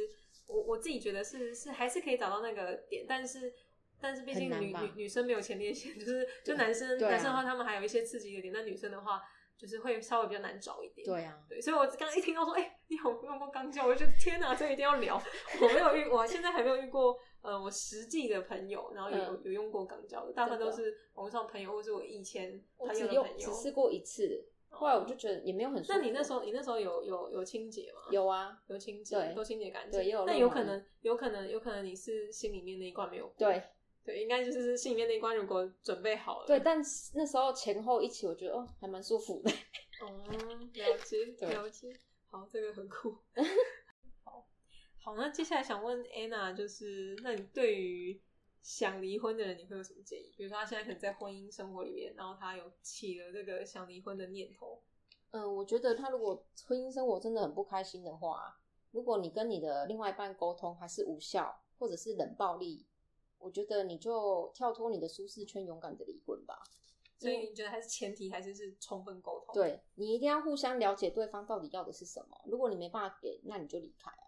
Speaker 1: 我我自己觉得是是还是可以找到那个点，但是但是毕
Speaker 3: 很
Speaker 1: 竟
Speaker 3: 难
Speaker 1: 女
Speaker 3: 吧
Speaker 1: 女女生没有前列腺，就是就 [LAUGHS]
Speaker 3: 对
Speaker 1: 男生、
Speaker 3: 对啊
Speaker 1: 男生的话他们还有一些刺激的点，但女生的话就是会稍微比较难找一点。
Speaker 3: 对啊，
Speaker 1: 对，所以我刚刚一听到说，哎、你有用过钢胶，我就觉得天哪，这一定要聊。 [LAUGHS] 我没有遇，我现在还没有遇过，呃，我实际的朋友，然后有、
Speaker 3: 嗯
Speaker 1: 有用过钢胶的，大部分
Speaker 3: 真
Speaker 1: 都
Speaker 3: 的
Speaker 1: 是网上朋友，或是我以前
Speaker 3: 我
Speaker 1: 朋友
Speaker 3: 只
Speaker 1: 的
Speaker 3: 用
Speaker 1: 朋友哦
Speaker 3: 只。试过一次，后来我就觉得也没有很舒服。
Speaker 1: 那你那时候，你那时候有有有清洁吗？
Speaker 3: 有啊？
Speaker 1: 有清洁，
Speaker 3: 对
Speaker 1: 都清洁干净
Speaker 3: 对也有。
Speaker 1: 但
Speaker 3: 润
Speaker 1: 有
Speaker 3: 滑
Speaker 1: 可
Speaker 3: 液
Speaker 1: 能，有可能，有可能你是心里面那一关没有过。
Speaker 3: 对
Speaker 1: 对，应该就是心里面那一关，如果准备好了。
Speaker 3: 对，但是那时候前后一起，我觉得哦还蛮舒服的。 [LAUGHS]
Speaker 1: 哦，了解
Speaker 3: 对
Speaker 1: 了解，好，这个很
Speaker 3: [LAUGHS]
Speaker 1: 酷。好，好，那接下来想问 Anna，就是那你对于想离婚的人，你会有什么建议？比如说他现在可能在婚姻生活里面，然后他有起了这个想离婚的念头，
Speaker 3: 嗯，我觉得他如果婚姻生活真的很不开心的话，如果你跟你的另外一半沟通还是无效，或者是冷暴力，我觉得你就跳脱你的舒适圈，勇敢的离婚吧。
Speaker 1: 所以你觉得还是前提还是是充分沟通？，
Speaker 3: 对你一定要互相了解对方到底要的是什么。如果你没办法给，那你就离开啊，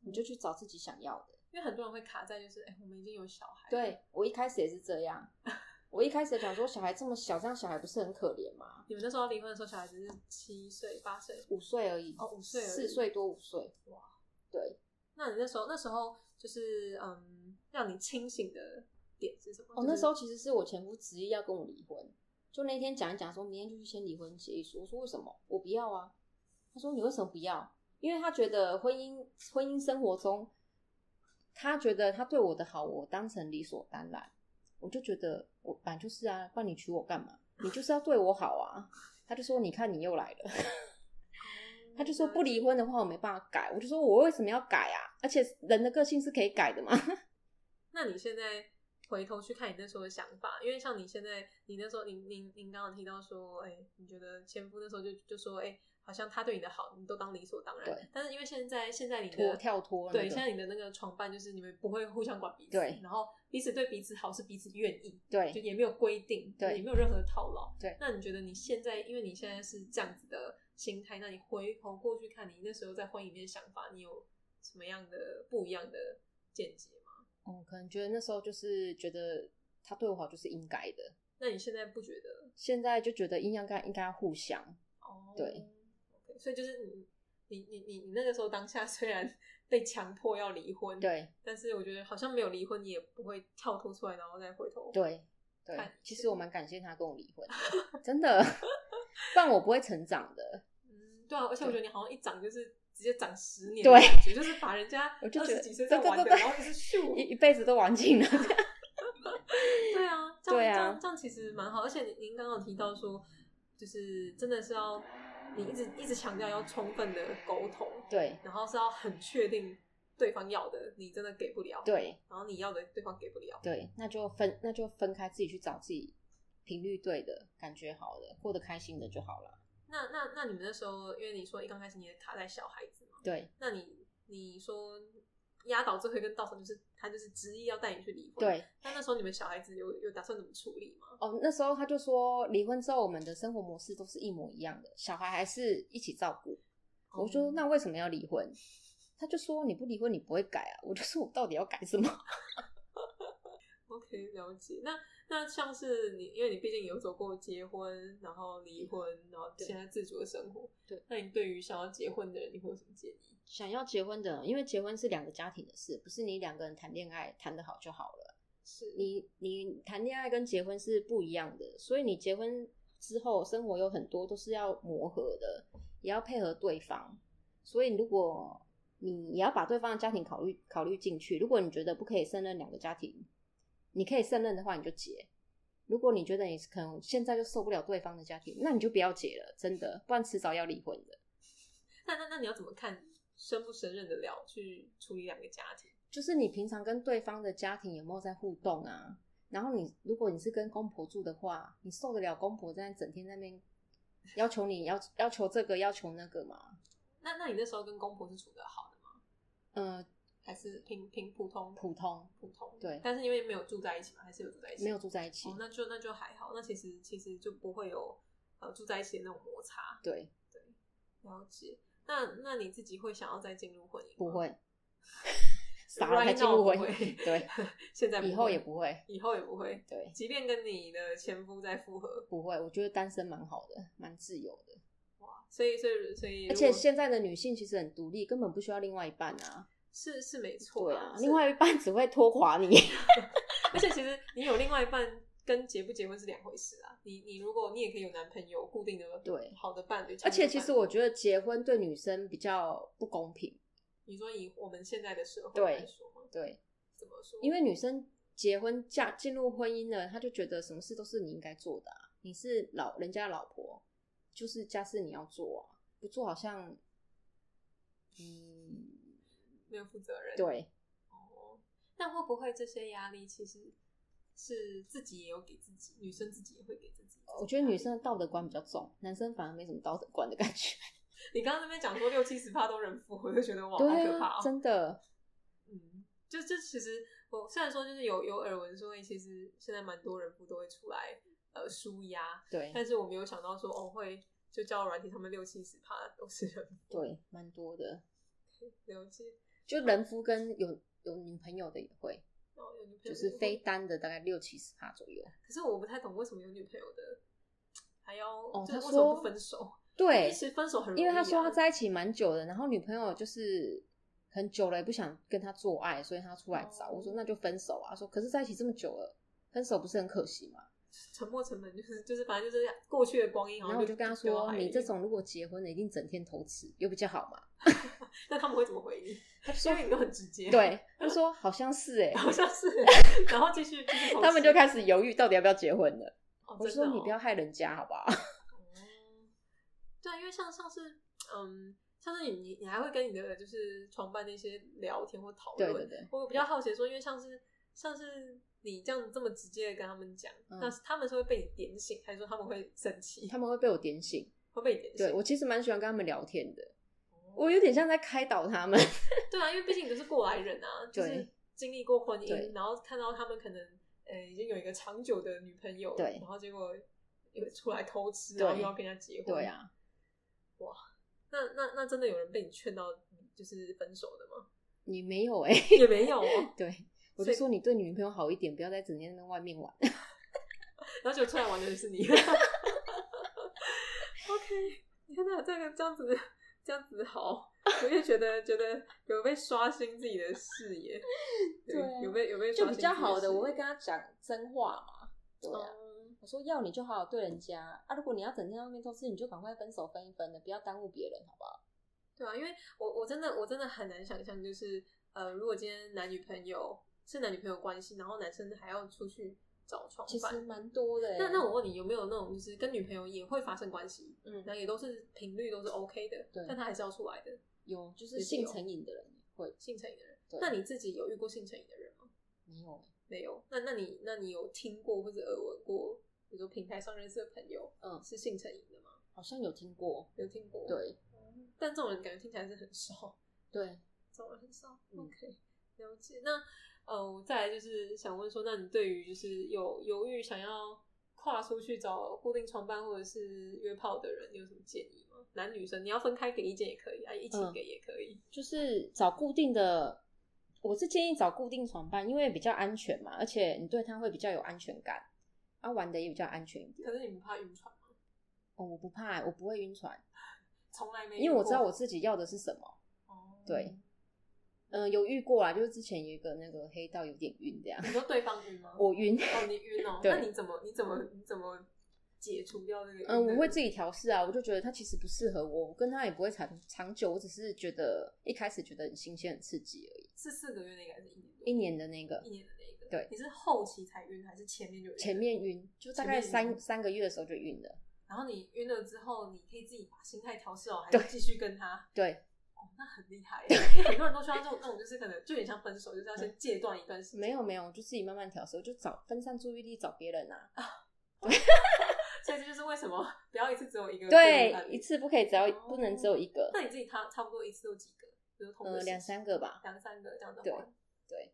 Speaker 3: 你就去找自己想要的。
Speaker 1: 因为很多人会卡在就是，哎、我们已经有小孩，，
Speaker 3: 对我一开始也是
Speaker 1: [LAUGHS]
Speaker 3: 这样，我一开始也想说小孩这么小，这样小孩不是很可怜吗？
Speaker 1: 你们那时候离婚的时候，小孩子是七岁八岁，
Speaker 3: 五岁而已，
Speaker 1: 哦五岁而已
Speaker 3: 四岁多五岁，哇，对，
Speaker 1: 那你那时候那时候就是嗯，让你清醒的点是什么？
Speaker 3: 哦，
Speaker 1: 就是
Speaker 3: 那时候其实是我前夫执意要跟我离婚，就那天讲一讲说，明天就去签离婚协议书。我说为什么？我不要啊。他说你为什么不要？因为他觉得婚姻婚姻生活中，他觉得他对我的好，我当成理所当然。我就觉得我本来就是啊，不然你娶我干嘛？你就是要对我好啊。他就说你看你又来了，
Speaker 1: 嗯
Speaker 3: 他就说不离婚的话我没办法改。我就说我为什么要改啊？而且人的个性是可以改的嘛。
Speaker 1: 那你现在回头去看你那时候的想法，因为像你现在，你那时候，您您您刚刚提到说，哎、你觉得前夫那时候就就说，哎、好像他对你的好，你都当理所当然
Speaker 3: 对。
Speaker 1: 但是因为现在现在你
Speaker 3: [LAUGHS] 脱
Speaker 1: 的
Speaker 3: 跳脱、那
Speaker 1: 对，
Speaker 3: 个
Speaker 1: 现在你的那个床伴就是你们不会互相管彼此，
Speaker 3: 对
Speaker 1: 然后彼此对彼此好是彼此愿意，
Speaker 3: 对
Speaker 1: 就也没有规定，
Speaker 3: 对
Speaker 1: 也没有任何套牢。
Speaker 3: 对
Speaker 1: 那你觉得你现在，因为你现在是这样子的心态，那你回头过去看你那时候在婚姻里面的想法，你有什么样的不一样的见解吗？
Speaker 3: 嗯，可能觉得那时候就是觉得他对我好就是应该的，
Speaker 1: 那你现在不觉得？
Speaker 3: 现在就觉得应该应该要互相。
Speaker 1: 哦，
Speaker 3: 对
Speaker 1: ，OK，所以就是你。你你你你那个时候当下虽然 [LAUGHS] 被强迫要离婚，，
Speaker 3: 对
Speaker 1: 但是我觉得好像没有离婚，你也不会跳脱出来，然后再回头
Speaker 3: 对对
Speaker 1: 看，
Speaker 3: 其实我蛮感谢他跟我离婚，真的，不然我不会成长的。
Speaker 1: 嗯，对啊，而且我觉得你好像一长就是直接长十年，
Speaker 3: 对，
Speaker 1: 就是把人家
Speaker 3: [LAUGHS] 我就
Speaker 1: 二
Speaker 3: 觉
Speaker 1: 十
Speaker 3: 得
Speaker 1: 几岁
Speaker 3: 对
Speaker 1: 在
Speaker 3: 对
Speaker 1: 玩的，
Speaker 3: 对对
Speaker 1: 然后就是
Speaker 3: [LAUGHS] 一
Speaker 1: 咻，
Speaker 3: 一辈子都玩尽了。
Speaker 1: 对啊，这样这
Speaker 3: 对啊
Speaker 1: 样这样其实蛮好，而且您您刚刚有提到说，就是真的是要你一直一直强调要充分的沟通，
Speaker 3: 对
Speaker 1: 然后是要很确定对方要的你真的给不了，，
Speaker 3: 对
Speaker 1: 然后你要的对方给不了，
Speaker 3: 对，那就分那就分开，自己去找自己频率对的感觉好的，过得开心的就好了。
Speaker 1: 那那那你们那时候，因为你说一刚开始你也卡在小孩子嘛，
Speaker 3: 对
Speaker 1: 那你你说压倒最后一根稻草就是他就是执意要带你去离婚，。
Speaker 3: 对，
Speaker 1: 那那时候你们小孩子有有打算怎么处理吗？
Speaker 3: 哦，那时候他就说离婚之后我们的生活模式都是一模一样的，小孩还是一起照顾。我
Speaker 1: 哦
Speaker 3: 说那为什么要离婚？他就说你不离婚你不会改啊。我就说我到底要改什么？
Speaker 1: OK，了解。那那像是你，因为你毕竟有走过结婚，然后离婚，然后
Speaker 3: 对
Speaker 1: 现在自主的生活，
Speaker 3: 对，
Speaker 1: 那你对于想要结婚的人，你会有什么建议？
Speaker 3: 想要结婚的人，因为结婚是两个家庭的事，不是你两个人谈恋爱谈得好就好了。
Speaker 1: 是
Speaker 3: 你你谈恋爱跟结婚是不一样的，所以你结婚之后生活有很多都是要磨合的，也要配合对方。所以如果你也要把对方的家庭考虑考虑进去，如果你觉得不可以胜任两个家庭，你可以胜任的话，你就结。如果你觉得你可能现在就受不了对方的家庭，那你就不要结了，真的，不然迟早要离婚的。
Speaker 1: 那那那你要怎么看胜不胜任得了去处理两个家庭？
Speaker 3: 就是你平常跟对方的家庭有没有在互动啊？然后你如果你是跟公婆住的话，你受得了公婆在整天在那边要求你要要求这个要求那个吗？
Speaker 1: 那那你那时候跟公婆是处的好的吗？
Speaker 3: 呃，
Speaker 1: 还是平平普通
Speaker 3: 普通
Speaker 1: 普通？
Speaker 3: 对
Speaker 1: 但是因为没有住在一起嘛，还是有住在一起？
Speaker 3: 没有住在一起
Speaker 1: 哦，，那就那就还好。那其实其实就不会有呃住在一起的那种摩擦。
Speaker 3: 对，
Speaker 1: [LAUGHS] 了解。那那你自己会想要再进入婚姻？
Speaker 3: 不，会，傻了才进入
Speaker 1: Right now
Speaker 3: 婚
Speaker 1: 不
Speaker 3: 姻
Speaker 1: 会，
Speaker 3: 对，
Speaker 1: [LAUGHS] 现在不会
Speaker 3: 以后也不会，
Speaker 1: 以后也不会，
Speaker 3: 对，
Speaker 1: 即便跟你的前夫在复合，
Speaker 3: 不会。我觉得单身蛮好的，蛮自由的，
Speaker 1: 所以所以所以如
Speaker 3: 而
Speaker 1: 果，
Speaker 3: 且现在的女性其实很独立，根本不需要另外一半啊。
Speaker 1: 是是没错
Speaker 3: 对啊，
Speaker 1: 是
Speaker 3: 另外一半只会拖垮你。
Speaker 1: 而且其实你有另外一半跟结不结婚是两回事啊。你你如果你也可以有男朋友固定的
Speaker 3: 对
Speaker 1: 好的伴侣，
Speaker 3: 而且其实我觉
Speaker 1: 得
Speaker 3: 得结婚对女生比较不公平，
Speaker 1: 你说以我们现在的社会
Speaker 3: 对
Speaker 1: 来说嘛，
Speaker 3: 对，
Speaker 1: 怎么说？
Speaker 3: 因为女生结婚嫁进入婚姻了，她就觉得什么事都是你应该做的啊，你是老人家老婆，就是家事你要做啊，不做好像，嗯，
Speaker 1: 没有负责任，。
Speaker 3: 对，
Speaker 1: 哦，那会不会这些压力其实是自己也有给自己，女生自己也会给自己？
Speaker 3: 我觉得女，生的道德观比较重，男生反而没什么道德观的感觉，
Speaker 1: 你刚刚那边讲说六七十趴都人夫，我就觉得哇，好
Speaker 3: 对
Speaker 1: 可怕
Speaker 3: 啊，
Speaker 1: 哦。
Speaker 3: 真的，
Speaker 1: 嗯，就就其实我虽然说就是有有耳闻说，哎，其实现在蛮多人夫都会出来呃舒压，
Speaker 3: 对
Speaker 1: 但是我没有想到说哦会就交友软体，他们六七十趴都是人夫，
Speaker 3: 对，蛮多的，
Speaker 1: 六七
Speaker 3: 就人夫跟有有女朋友的也会，
Speaker 1: 然后有女朋友
Speaker 3: 就是
Speaker 1: 的
Speaker 3: 非单的大概六七十趴左右。
Speaker 1: 可是我不太懂为什么有女朋友的还要
Speaker 3: 哦
Speaker 1: 就是
Speaker 3: 他
Speaker 1: 为什么
Speaker 3: 说
Speaker 1: 不分手？
Speaker 3: 对，
Speaker 1: 其实分手很容易、啊，
Speaker 3: 因为他说他在一起蛮久的，然后女朋友就是很久了也不想跟他做爱，所以他出来找、
Speaker 1: 哦
Speaker 3: 我说那就分手啊。他说可是在一起这么久了，分手不是很可惜吗？
Speaker 1: 沉没成本就是就是反正就是过去的光阴，
Speaker 3: 然后我就跟他
Speaker 1: 丢到
Speaker 3: 说
Speaker 1: 海里
Speaker 3: 你这，种如果结婚了，一定整天偷吃，有比较好 [LAUGHS] 嘛？
Speaker 1: 那他们会怎么回你？
Speaker 3: [LAUGHS] 他就
Speaker 1: 因
Speaker 3: 说
Speaker 1: 为你都很直接，，
Speaker 3: 对，他说好像是哎、
Speaker 1: 好
Speaker 3: [LAUGHS]
Speaker 1: 像是，然后继续继续投资，
Speaker 3: 他们就开始犹豫到底要不要结婚了。
Speaker 1: 哦，
Speaker 3: 我就
Speaker 1: 真
Speaker 3: 说
Speaker 1: 的哦
Speaker 3: 你不要害人家好不好？
Speaker 1: 哦对啊，因为像上次，嗯，上次你你你还会跟你的就是床伴那些聊天或讨论，
Speaker 3: 对对对
Speaker 1: 我比较好奇说，因为像是像是你这样子这么直接的跟他们讲，
Speaker 3: 嗯
Speaker 1: 那他们是会被你点醒，还是说他们会生气？
Speaker 3: 他们会被我点醒。
Speaker 1: 会被你点醒？
Speaker 3: 对我其实蛮喜欢跟他们聊天的，
Speaker 1: 哦
Speaker 3: 我有点像在开导他们。
Speaker 1: 对啊，因为毕竟你都是过来人啊，就是
Speaker 3: 对
Speaker 1: 经历过婚姻
Speaker 3: 对，
Speaker 1: 然后看到他们可能呃已经有一个长久的女朋友，
Speaker 3: 对
Speaker 1: 然后结果又出来偷吃，
Speaker 3: 对
Speaker 1: 然后又要跟人家结婚，
Speaker 3: 对，啊，
Speaker 1: 那那那真的有人被你劝到就是分手的吗？
Speaker 3: 你没有哎、
Speaker 1: 也没有
Speaker 3: [LAUGHS]
Speaker 1: 哦，
Speaker 3: 对，我
Speaker 1: 所
Speaker 3: 就
Speaker 1: 以
Speaker 3: 说你对女朋友好一点，不要再整天在外面玩。
Speaker 1: 然后结果出来玩的人是
Speaker 3: [LAUGHS]
Speaker 1: 你。OK，天哪，这个这样子这样子
Speaker 3: [LAUGHS]
Speaker 1: 好，我也觉得觉得有被刷新自己的视野，
Speaker 3: 对啊
Speaker 1: 有被有被
Speaker 3: 就
Speaker 1: 刷新
Speaker 3: 比
Speaker 1: 自己的
Speaker 3: 较好的，
Speaker 1: 视野
Speaker 3: 我会跟他讲真话嘛。对啊，
Speaker 1: 嗯
Speaker 3: 我说要你就好好对人家啊，如果你要整天在外面偷吃，你就赶快分手分一分的，不要耽误别人，好不好？
Speaker 1: 对啊，因为我我真的我真的很难想象，就是呃，如果今天男女朋友是男女朋友关系，然后男生还要出去找床
Speaker 3: 其实
Speaker 1: 伴，
Speaker 3: 蛮多的欸。
Speaker 1: 那那我问你，有没有那种就是跟女朋友也会发生关系，
Speaker 3: 嗯
Speaker 1: 然后也都是频率都是 OK 的，
Speaker 3: 对
Speaker 1: 但他还是要出来的
Speaker 3: 有就是
Speaker 1: 也是
Speaker 3: 性
Speaker 1: 有
Speaker 3: 成瘾的人也会
Speaker 1: 性成瘾的人？
Speaker 3: 对
Speaker 1: 那你自己有遇过性成瘾的人吗？
Speaker 3: 没有欸？
Speaker 1: 没有。那那你那你有听过或者耳闻过，比如说平台上认识的朋友
Speaker 3: 嗯，
Speaker 1: 是性成瘾的吗？
Speaker 3: 好像有听过。
Speaker 1: 有听过？。哦
Speaker 3: 对
Speaker 1: 但这种人感觉听起来是很少。 [LAUGHS]
Speaker 3: 对，
Speaker 1: 走了很少。
Speaker 3: 嗯
Speaker 1: OK，了解。那呃，我再来就是想问说，那你对于就是有犹豫想要跨出去找固定床伴或者是约炮的人，你有什么建议吗？男女生你要分开给意见也可以啊，一起
Speaker 3: 嗯
Speaker 1: 给也可以。
Speaker 3: 就是找固定的，我是建议找固定床伴，因为比较安全嘛，而且你对他会比较有安全感，啊，玩的也比较安全一点。
Speaker 1: 可是你不怕晕船吗？
Speaker 3: 哦，我不怕欸，我不会晕船。
Speaker 1: 从来没遇过，
Speaker 3: 因为我知道我自己要的是什么。
Speaker 1: 哦
Speaker 3: 对。嗯、有遇过啦，就是之前有一个那个黑道有点晕这样，
Speaker 1: 你说对方晕吗？
Speaker 3: 我晕。。
Speaker 1: 哦，你晕哦
Speaker 3: 对
Speaker 1: 那你怎么你怎么你怎么解除掉这个晕的？
Speaker 3: 嗯，我会自己调试啊，我就觉得他其实不适合我，我跟他也不会长长久，我只是觉得一开始觉得很新鲜、很刺激而已。
Speaker 1: 是四个月那个还是一年多？
Speaker 3: 一年的那个
Speaker 1: 一年的那个。
Speaker 3: 对
Speaker 1: 你是后期才晕还是前面就晕了？
Speaker 3: 前面晕，就大
Speaker 1: 前
Speaker 3: 概
Speaker 1: 面
Speaker 3: 三
Speaker 1: 晕
Speaker 3: 三个月的时候就晕了。
Speaker 1: 然后你晕了之后，你可以自己把心态调试哦好，还是继续跟他？
Speaker 3: 对，
Speaker 1: 哦，那很厉害耶，因为很多人都需要这种那种，就是可能就有点像分手，就是要先戒断一段时间。
Speaker 3: 嗯没有，没有，我就自己慢慢调试，我就找分散注意力，找别人啊。
Speaker 1: 所以这就是为什么不要一次只有一个
Speaker 3: 对
Speaker 1: 伴，侣
Speaker 3: 一。次不可以只要
Speaker 1: 哦
Speaker 3: 不能只有一个，
Speaker 1: 那你自己差差不多一次都几个？比如同个
Speaker 3: 呃
Speaker 1: 时期
Speaker 3: 两三个吧
Speaker 1: 两三个这样的
Speaker 3: 对
Speaker 1: 换。
Speaker 3: 对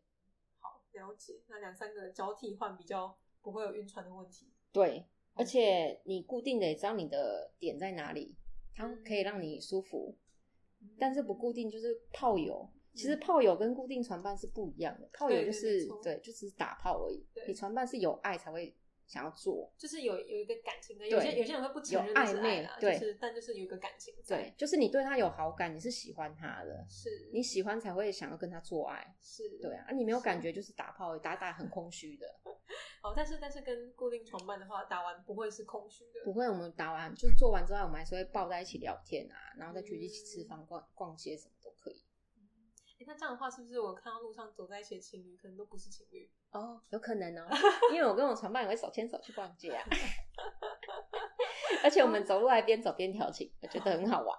Speaker 1: 好，了解。那两三个交替换比较不会有晕船的问题。
Speaker 3: 对，而且你固定的也知道你的点
Speaker 1: 嗯
Speaker 3: 在哪里，它可以让你舒服。但是不固定，就是炮友。其实炮友跟固定船伴是不一样的，炮友
Speaker 1: 嗯对对
Speaker 3: 就是
Speaker 1: 没错
Speaker 3: 对，就只是打炮而已
Speaker 1: 对。
Speaker 3: 你船伴是有爱才会想要做，
Speaker 1: 就是有有一个感情的，有
Speaker 3: 对
Speaker 1: 些有些人会不承认
Speaker 3: 有
Speaker 1: 那是
Speaker 3: 暧昧
Speaker 1: 爱啦，就
Speaker 3: 对
Speaker 1: 是但就是有一个感情在，
Speaker 3: 对，就是你对他有好感，你是喜欢他的，
Speaker 1: 是
Speaker 3: 你喜欢才会想要跟他做爱。
Speaker 1: 是
Speaker 3: 对啊，啊你没有感觉就是打炮而已，打打很空虚的。
Speaker 1: 哦，但是但是跟固定床伴的话，打完不会是空虚的，
Speaker 3: 不会，我们打完就是做完之后，我们还是会抱在一起聊天啊，然后再去一起
Speaker 1: 嗯
Speaker 3: 吃饭、逛逛街什么都可以。
Speaker 1: 诶那这样的话，是不是我看到路上走在一起的情侣，可能都不是情侣？
Speaker 3: 哦，有可能哦，因为我跟我床伴也会手牵手去逛街啊， [LAUGHS] 而且我们走路还边走边调情，我觉得很好玩。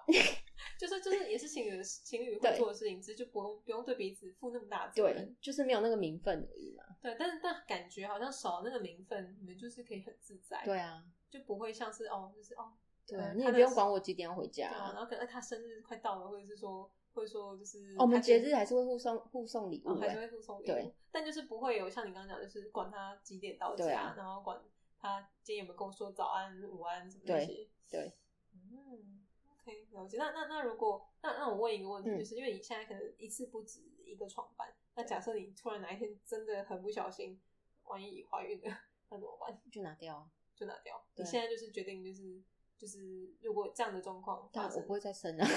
Speaker 1: 就是就是也是情侣的 [LAUGHS] 事情侣会
Speaker 3: 对
Speaker 1: 做的事情，只是就不用不用对彼此负那么大的责任
Speaker 3: 对。，嗯就是没有那个名分而已嘛。
Speaker 1: 对，但是但感觉好像少了那个名分，你们就是可以很自在，
Speaker 3: 对，啊，
Speaker 1: 就不会像是哦，就是哦，
Speaker 3: 对啊，
Speaker 1: 嗯
Speaker 3: 你
Speaker 1: 他
Speaker 3: 也
Speaker 1: 的
Speaker 3: 不用管我几点要回家
Speaker 1: 对啊，然
Speaker 3: 啊。
Speaker 1: 后可能他生日快到了，或者是说，或者说就是
Speaker 3: 哦我们
Speaker 1: 他今
Speaker 3: 节
Speaker 1: 天
Speaker 3: 日还是会互送互送礼
Speaker 1: 哦
Speaker 3: 物、
Speaker 1: 还是
Speaker 3: 欸，
Speaker 1: 会附送礼物
Speaker 3: 对，
Speaker 1: 但就是不会有像你刚刚讲，就是管他几点到
Speaker 3: 对
Speaker 1: 家，
Speaker 3: 啊
Speaker 1: 然后管他今天有没有跟我说早安、午安什么
Speaker 3: 对
Speaker 1: 那些。
Speaker 3: 对，
Speaker 1: 嗯，OK，了解。那那那如果那那我问一个问题，
Speaker 3: 嗯
Speaker 1: 就是因为你现在可能一次不止一个床伴，那假设你突然哪一天真的很不小心，万一怀孕了，那怎么办？
Speaker 3: 就拿掉啊。
Speaker 1: 就拿掉。你
Speaker 3: 对
Speaker 1: 现在就是决定就是就是，如果这样的状况
Speaker 3: 但
Speaker 1: 发
Speaker 3: 我
Speaker 1: 生
Speaker 3: 不，会
Speaker 1: [LAUGHS]
Speaker 3: 再生啊，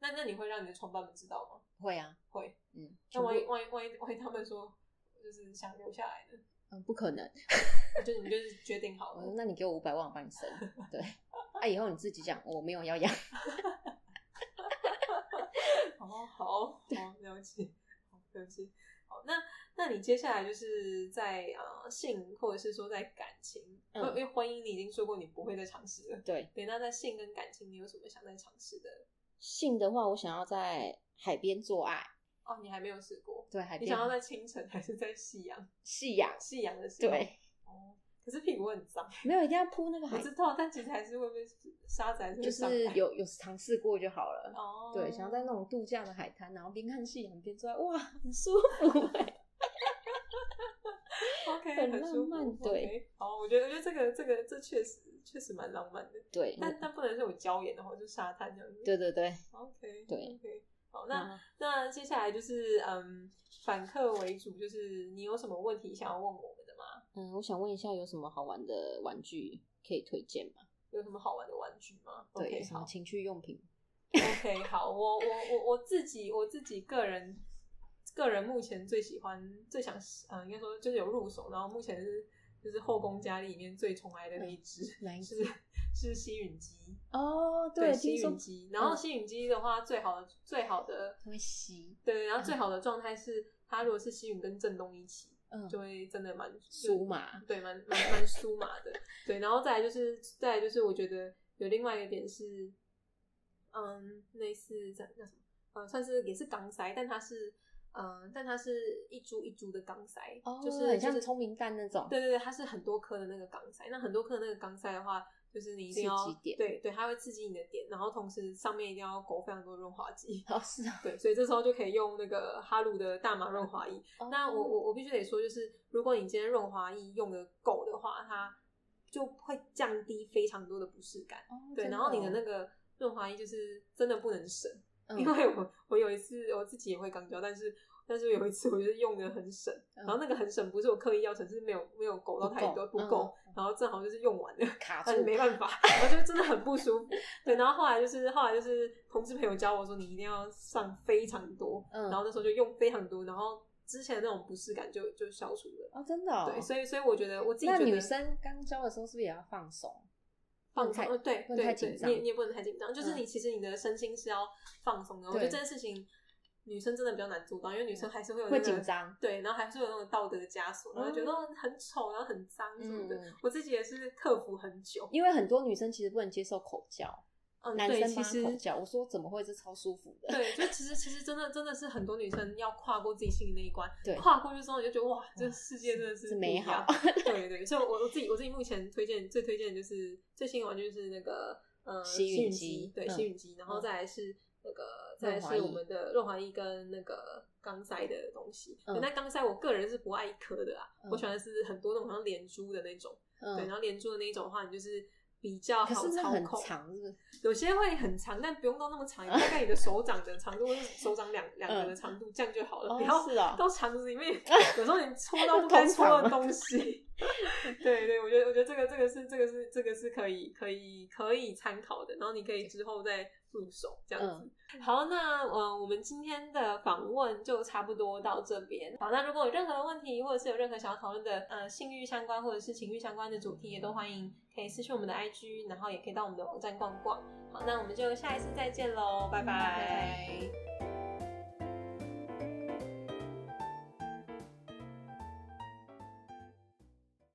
Speaker 1: 那那你会让你的床伴们知道吗？
Speaker 3: 会啊，
Speaker 1: 会。
Speaker 3: 嗯，
Speaker 1: 那
Speaker 3: 全部
Speaker 1: 万一万一万一万一他们说就是想留下来呢？
Speaker 3: 嗯不可能。
Speaker 1: 就你就是决定好
Speaker 3: 我说
Speaker 1: 了。
Speaker 3: 那你给我五百万，我帮你生。对，啊，以后你自己讲，我没有要养。
Speaker 1: [LAUGHS] 哦，好，好，了解，好，了解。好，那那你接下来就是在呃性，或者是说在感情，因
Speaker 3: 嗯
Speaker 1: 为、因为婚姻你已经说过你不会再尝试了。
Speaker 3: 对，
Speaker 1: 对，那在性跟感情，你有什么想再尝试的？
Speaker 3: 性的话，我想要在海边做爱。
Speaker 1: 哦，你还没有试过，
Speaker 3: 对，海
Speaker 1: 你
Speaker 3: 边
Speaker 1: 想要在清晨还是在夕阳？
Speaker 3: 夕阳。
Speaker 1: 夕阳的时候。
Speaker 3: 对，
Speaker 1: 哦，可是屁股很脏，
Speaker 3: 没有一定要铺那个
Speaker 1: 我
Speaker 3: 海，
Speaker 1: 知道，但其实还是会被沙子还是会
Speaker 3: 就是
Speaker 1: 上来
Speaker 3: 有有尝试过就好了。
Speaker 1: 哦，
Speaker 3: 对，想要在那种度假的海滩，然后边看夕阳边做爱，哇，很舒服、欸。
Speaker 1: OK
Speaker 3: 很
Speaker 1: 很舒服
Speaker 3: 浪漫对
Speaker 1: OK，好，我觉得我觉得这个这个这确实确实蛮浪漫的。
Speaker 3: [LAUGHS] 对，
Speaker 1: 但但不能是有礁岩的话，就沙滩这样子。
Speaker 3: 嗯对对对。
Speaker 1: ，OK，
Speaker 3: 对嗯
Speaker 1: ，OK。好，那
Speaker 3: 那
Speaker 1: 那接下来就是嗯，反客为主，就是你有什么问题想要问我们的吗？
Speaker 3: 嗯，我想问一下，有什么好玩的玩具可以推荐吗？
Speaker 1: 有什么好玩的玩具吗
Speaker 3: 对，
Speaker 1: ？OK，
Speaker 3: 什么
Speaker 1: 好
Speaker 3: 情趣用品？
Speaker 1: ，OK，好，我我我我自己我自己个人个人目前最喜欢最想嗯，应该说就是有入手，然后目前是就是后宫佳丽里面最宠爱的那一只，
Speaker 3: 哪
Speaker 1: [LAUGHS]
Speaker 3: 一
Speaker 1: 是是吸吮机。
Speaker 3: 哦，
Speaker 1: 吸
Speaker 3: 听说
Speaker 1: 吮机，然后吸吮机的话，最好的最好的
Speaker 3: 它会吸，
Speaker 1: 对，然后最好的状态是，它如果是吸吮跟震动一起，
Speaker 3: 嗯，
Speaker 1: 就会真的蛮
Speaker 3: 酥，麻
Speaker 1: 就，对，蛮蛮蛮酥麻
Speaker 3: [LAUGHS]
Speaker 1: 的。对，然后再来就是，再来就是，我觉得有另外一个点是，嗯，类似叫叫什么，呃，算是也是钢塞，但它是，嗯，但它是一株一株的钢塞，
Speaker 3: 哦
Speaker 1: 就是
Speaker 3: 很像
Speaker 1: 就是
Speaker 3: 聪明蛋那种
Speaker 1: 对对对，它是很多颗的那个钢塞。那很多颗的那个钢塞的话。就是你一定要
Speaker 3: 刺激点
Speaker 1: 对对，它会刺激你的点，然后同时上面一定要勾非常多润滑剂， [LAUGHS]
Speaker 3: 哦，是 [LAUGHS] 啊，
Speaker 1: 对，所以这时候就可以用那个哈鲁的大麻润滑液。
Speaker 3: 哦
Speaker 1: 那我我我必须得说，就是如果你今天润滑液用的够的话，它就会降低非常多的不适感。
Speaker 3: 哦
Speaker 1: 对，
Speaker 3: 真
Speaker 1: 然后你的
Speaker 3: 哦
Speaker 1: 那个润滑液就是真的不能省，
Speaker 3: 嗯
Speaker 1: 因为我我有一次我自己也会肛交，但是。但是有一次，我就是用的很省，然后那个很省不是我刻意要省，是没有没有勾到太多
Speaker 3: 嗯
Speaker 1: 不
Speaker 3: 不够嗯
Speaker 1: 够，然后正好就是用完了，
Speaker 3: 卡住
Speaker 1: 但是没办法，我就真的很不舒服。对，然后后来就是后来就是同事朋友教我说，你一定要上非常多，
Speaker 3: 嗯
Speaker 1: 然后那时候就用非常多，然后之前的那种不适感就就消除了。
Speaker 3: 哦，真的、哦，
Speaker 1: 对，所以所以我觉得我自己
Speaker 3: 那
Speaker 1: 觉得
Speaker 3: 女生刚交的时候是不是也要放松？
Speaker 1: 放松，
Speaker 3: 太
Speaker 1: 呃对
Speaker 3: 不能
Speaker 1: 对
Speaker 3: 太
Speaker 1: 对，
Speaker 3: 紧
Speaker 1: 你也
Speaker 3: 张
Speaker 1: 你也不能太紧张，就是
Speaker 3: 嗯
Speaker 1: 你其实你的身心是要放松的。我觉得
Speaker 3: 对
Speaker 1: 这件事情女生真的比较难做到，因为女生还是会有那
Speaker 3: 会
Speaker 1: 个
Speaker 3: 紧张，
Speaker 1: 对，然后还是有那种道德的枷锁，然后觉得
Speaker 3: 嗯
Speaker 1: 哦很丑，然后很脏什么的
Speaker 3: 嗯。
Speaker 1: 我自己也是克服很久，
Speaker 3: 因为很多女生其实不能接受口交，
Speaker 1: 嗯，
Speaker 3: 男
Speaker 1: 对
Speaker 3: 生
Speaker 1: 其
Speaker 3: 帮她
Speaker 1: 实
Speaker 3: 口交，我说怎么会是超舒服的？
Speaker 1: 对，就其实其实真的真的是很多女生要跨过自己心里那一关，
Speaker 3: 对
Speaker 1: 跨过去之后你就觉得哇，这世界真的
Speaker 3: 是
Speaker 1: 不
Speaker 3: 美
Speaker 1: 一样
Speaker 3: [LAUGHS] 好。
Speaker 1: 对对，所以我我自己我自己目前推荐最推荐的就是最新的玩具就是那个呃
Speaker 3: 吸
Speaker 1: 吸机
Speaker 3: 吮机，
Speaker 1: 对
Speaker 3: 嗯
Speaker 1: 吸吮机，然后再来是那个再来
Speaker 3: 润滑
Speaker 1: 是我
Speaker 3: 液
Speaker 1: 们的润滑液跟那个钢塞的东西。对
Speaker 3: 嗯
Speaker 1: 那钢塞我个人是不爱一颗的啊，我
Speaker 3: 嗯
Speaker 1: 喜欢的是很多那种好像连珠的那种，对，然
Speaker 3: 嗯，
Speaker 1: 后连珠的那一种的话，你就是。比较
Speaker 3: 可
Speaker 1: 好
Speaker 3: 是那
Speaker 1: 操
Speaker 3: 很
Speaker 1: 控。
Speaker 3: 长，是不是？
Speaker 1: 有些会很长，但不用到那么长，大概你的手掌的长度，或是手掌
Speaker 3: [LAUGHS]
Speaker 1: 两两个的长度，这样就好了。不要
Speaker 3: 嗯是啊，
Speaker 1: 到肠子里面，有时候你戳到不
Speaker 3: [LAUGHS]
Speaker 1: 该戳的东西。 [LAUGHS] 对对，我觉得我觉得这个这个是这个是这个是可以可以可以参考的，然后你可以之后再入手这样子。好，那呃，我们今天的访问就差不多到这边。好，那如果有任何的问题，或者是有任何想要讨论的呃性欲相关或者是情欲相关的主题，也都欢迎可以私讯我们的 IG，然后也可以到我们的网站逛逛。好，那我们就下一次再见喽，拜拜嗯
Speaker 3: 拜拜。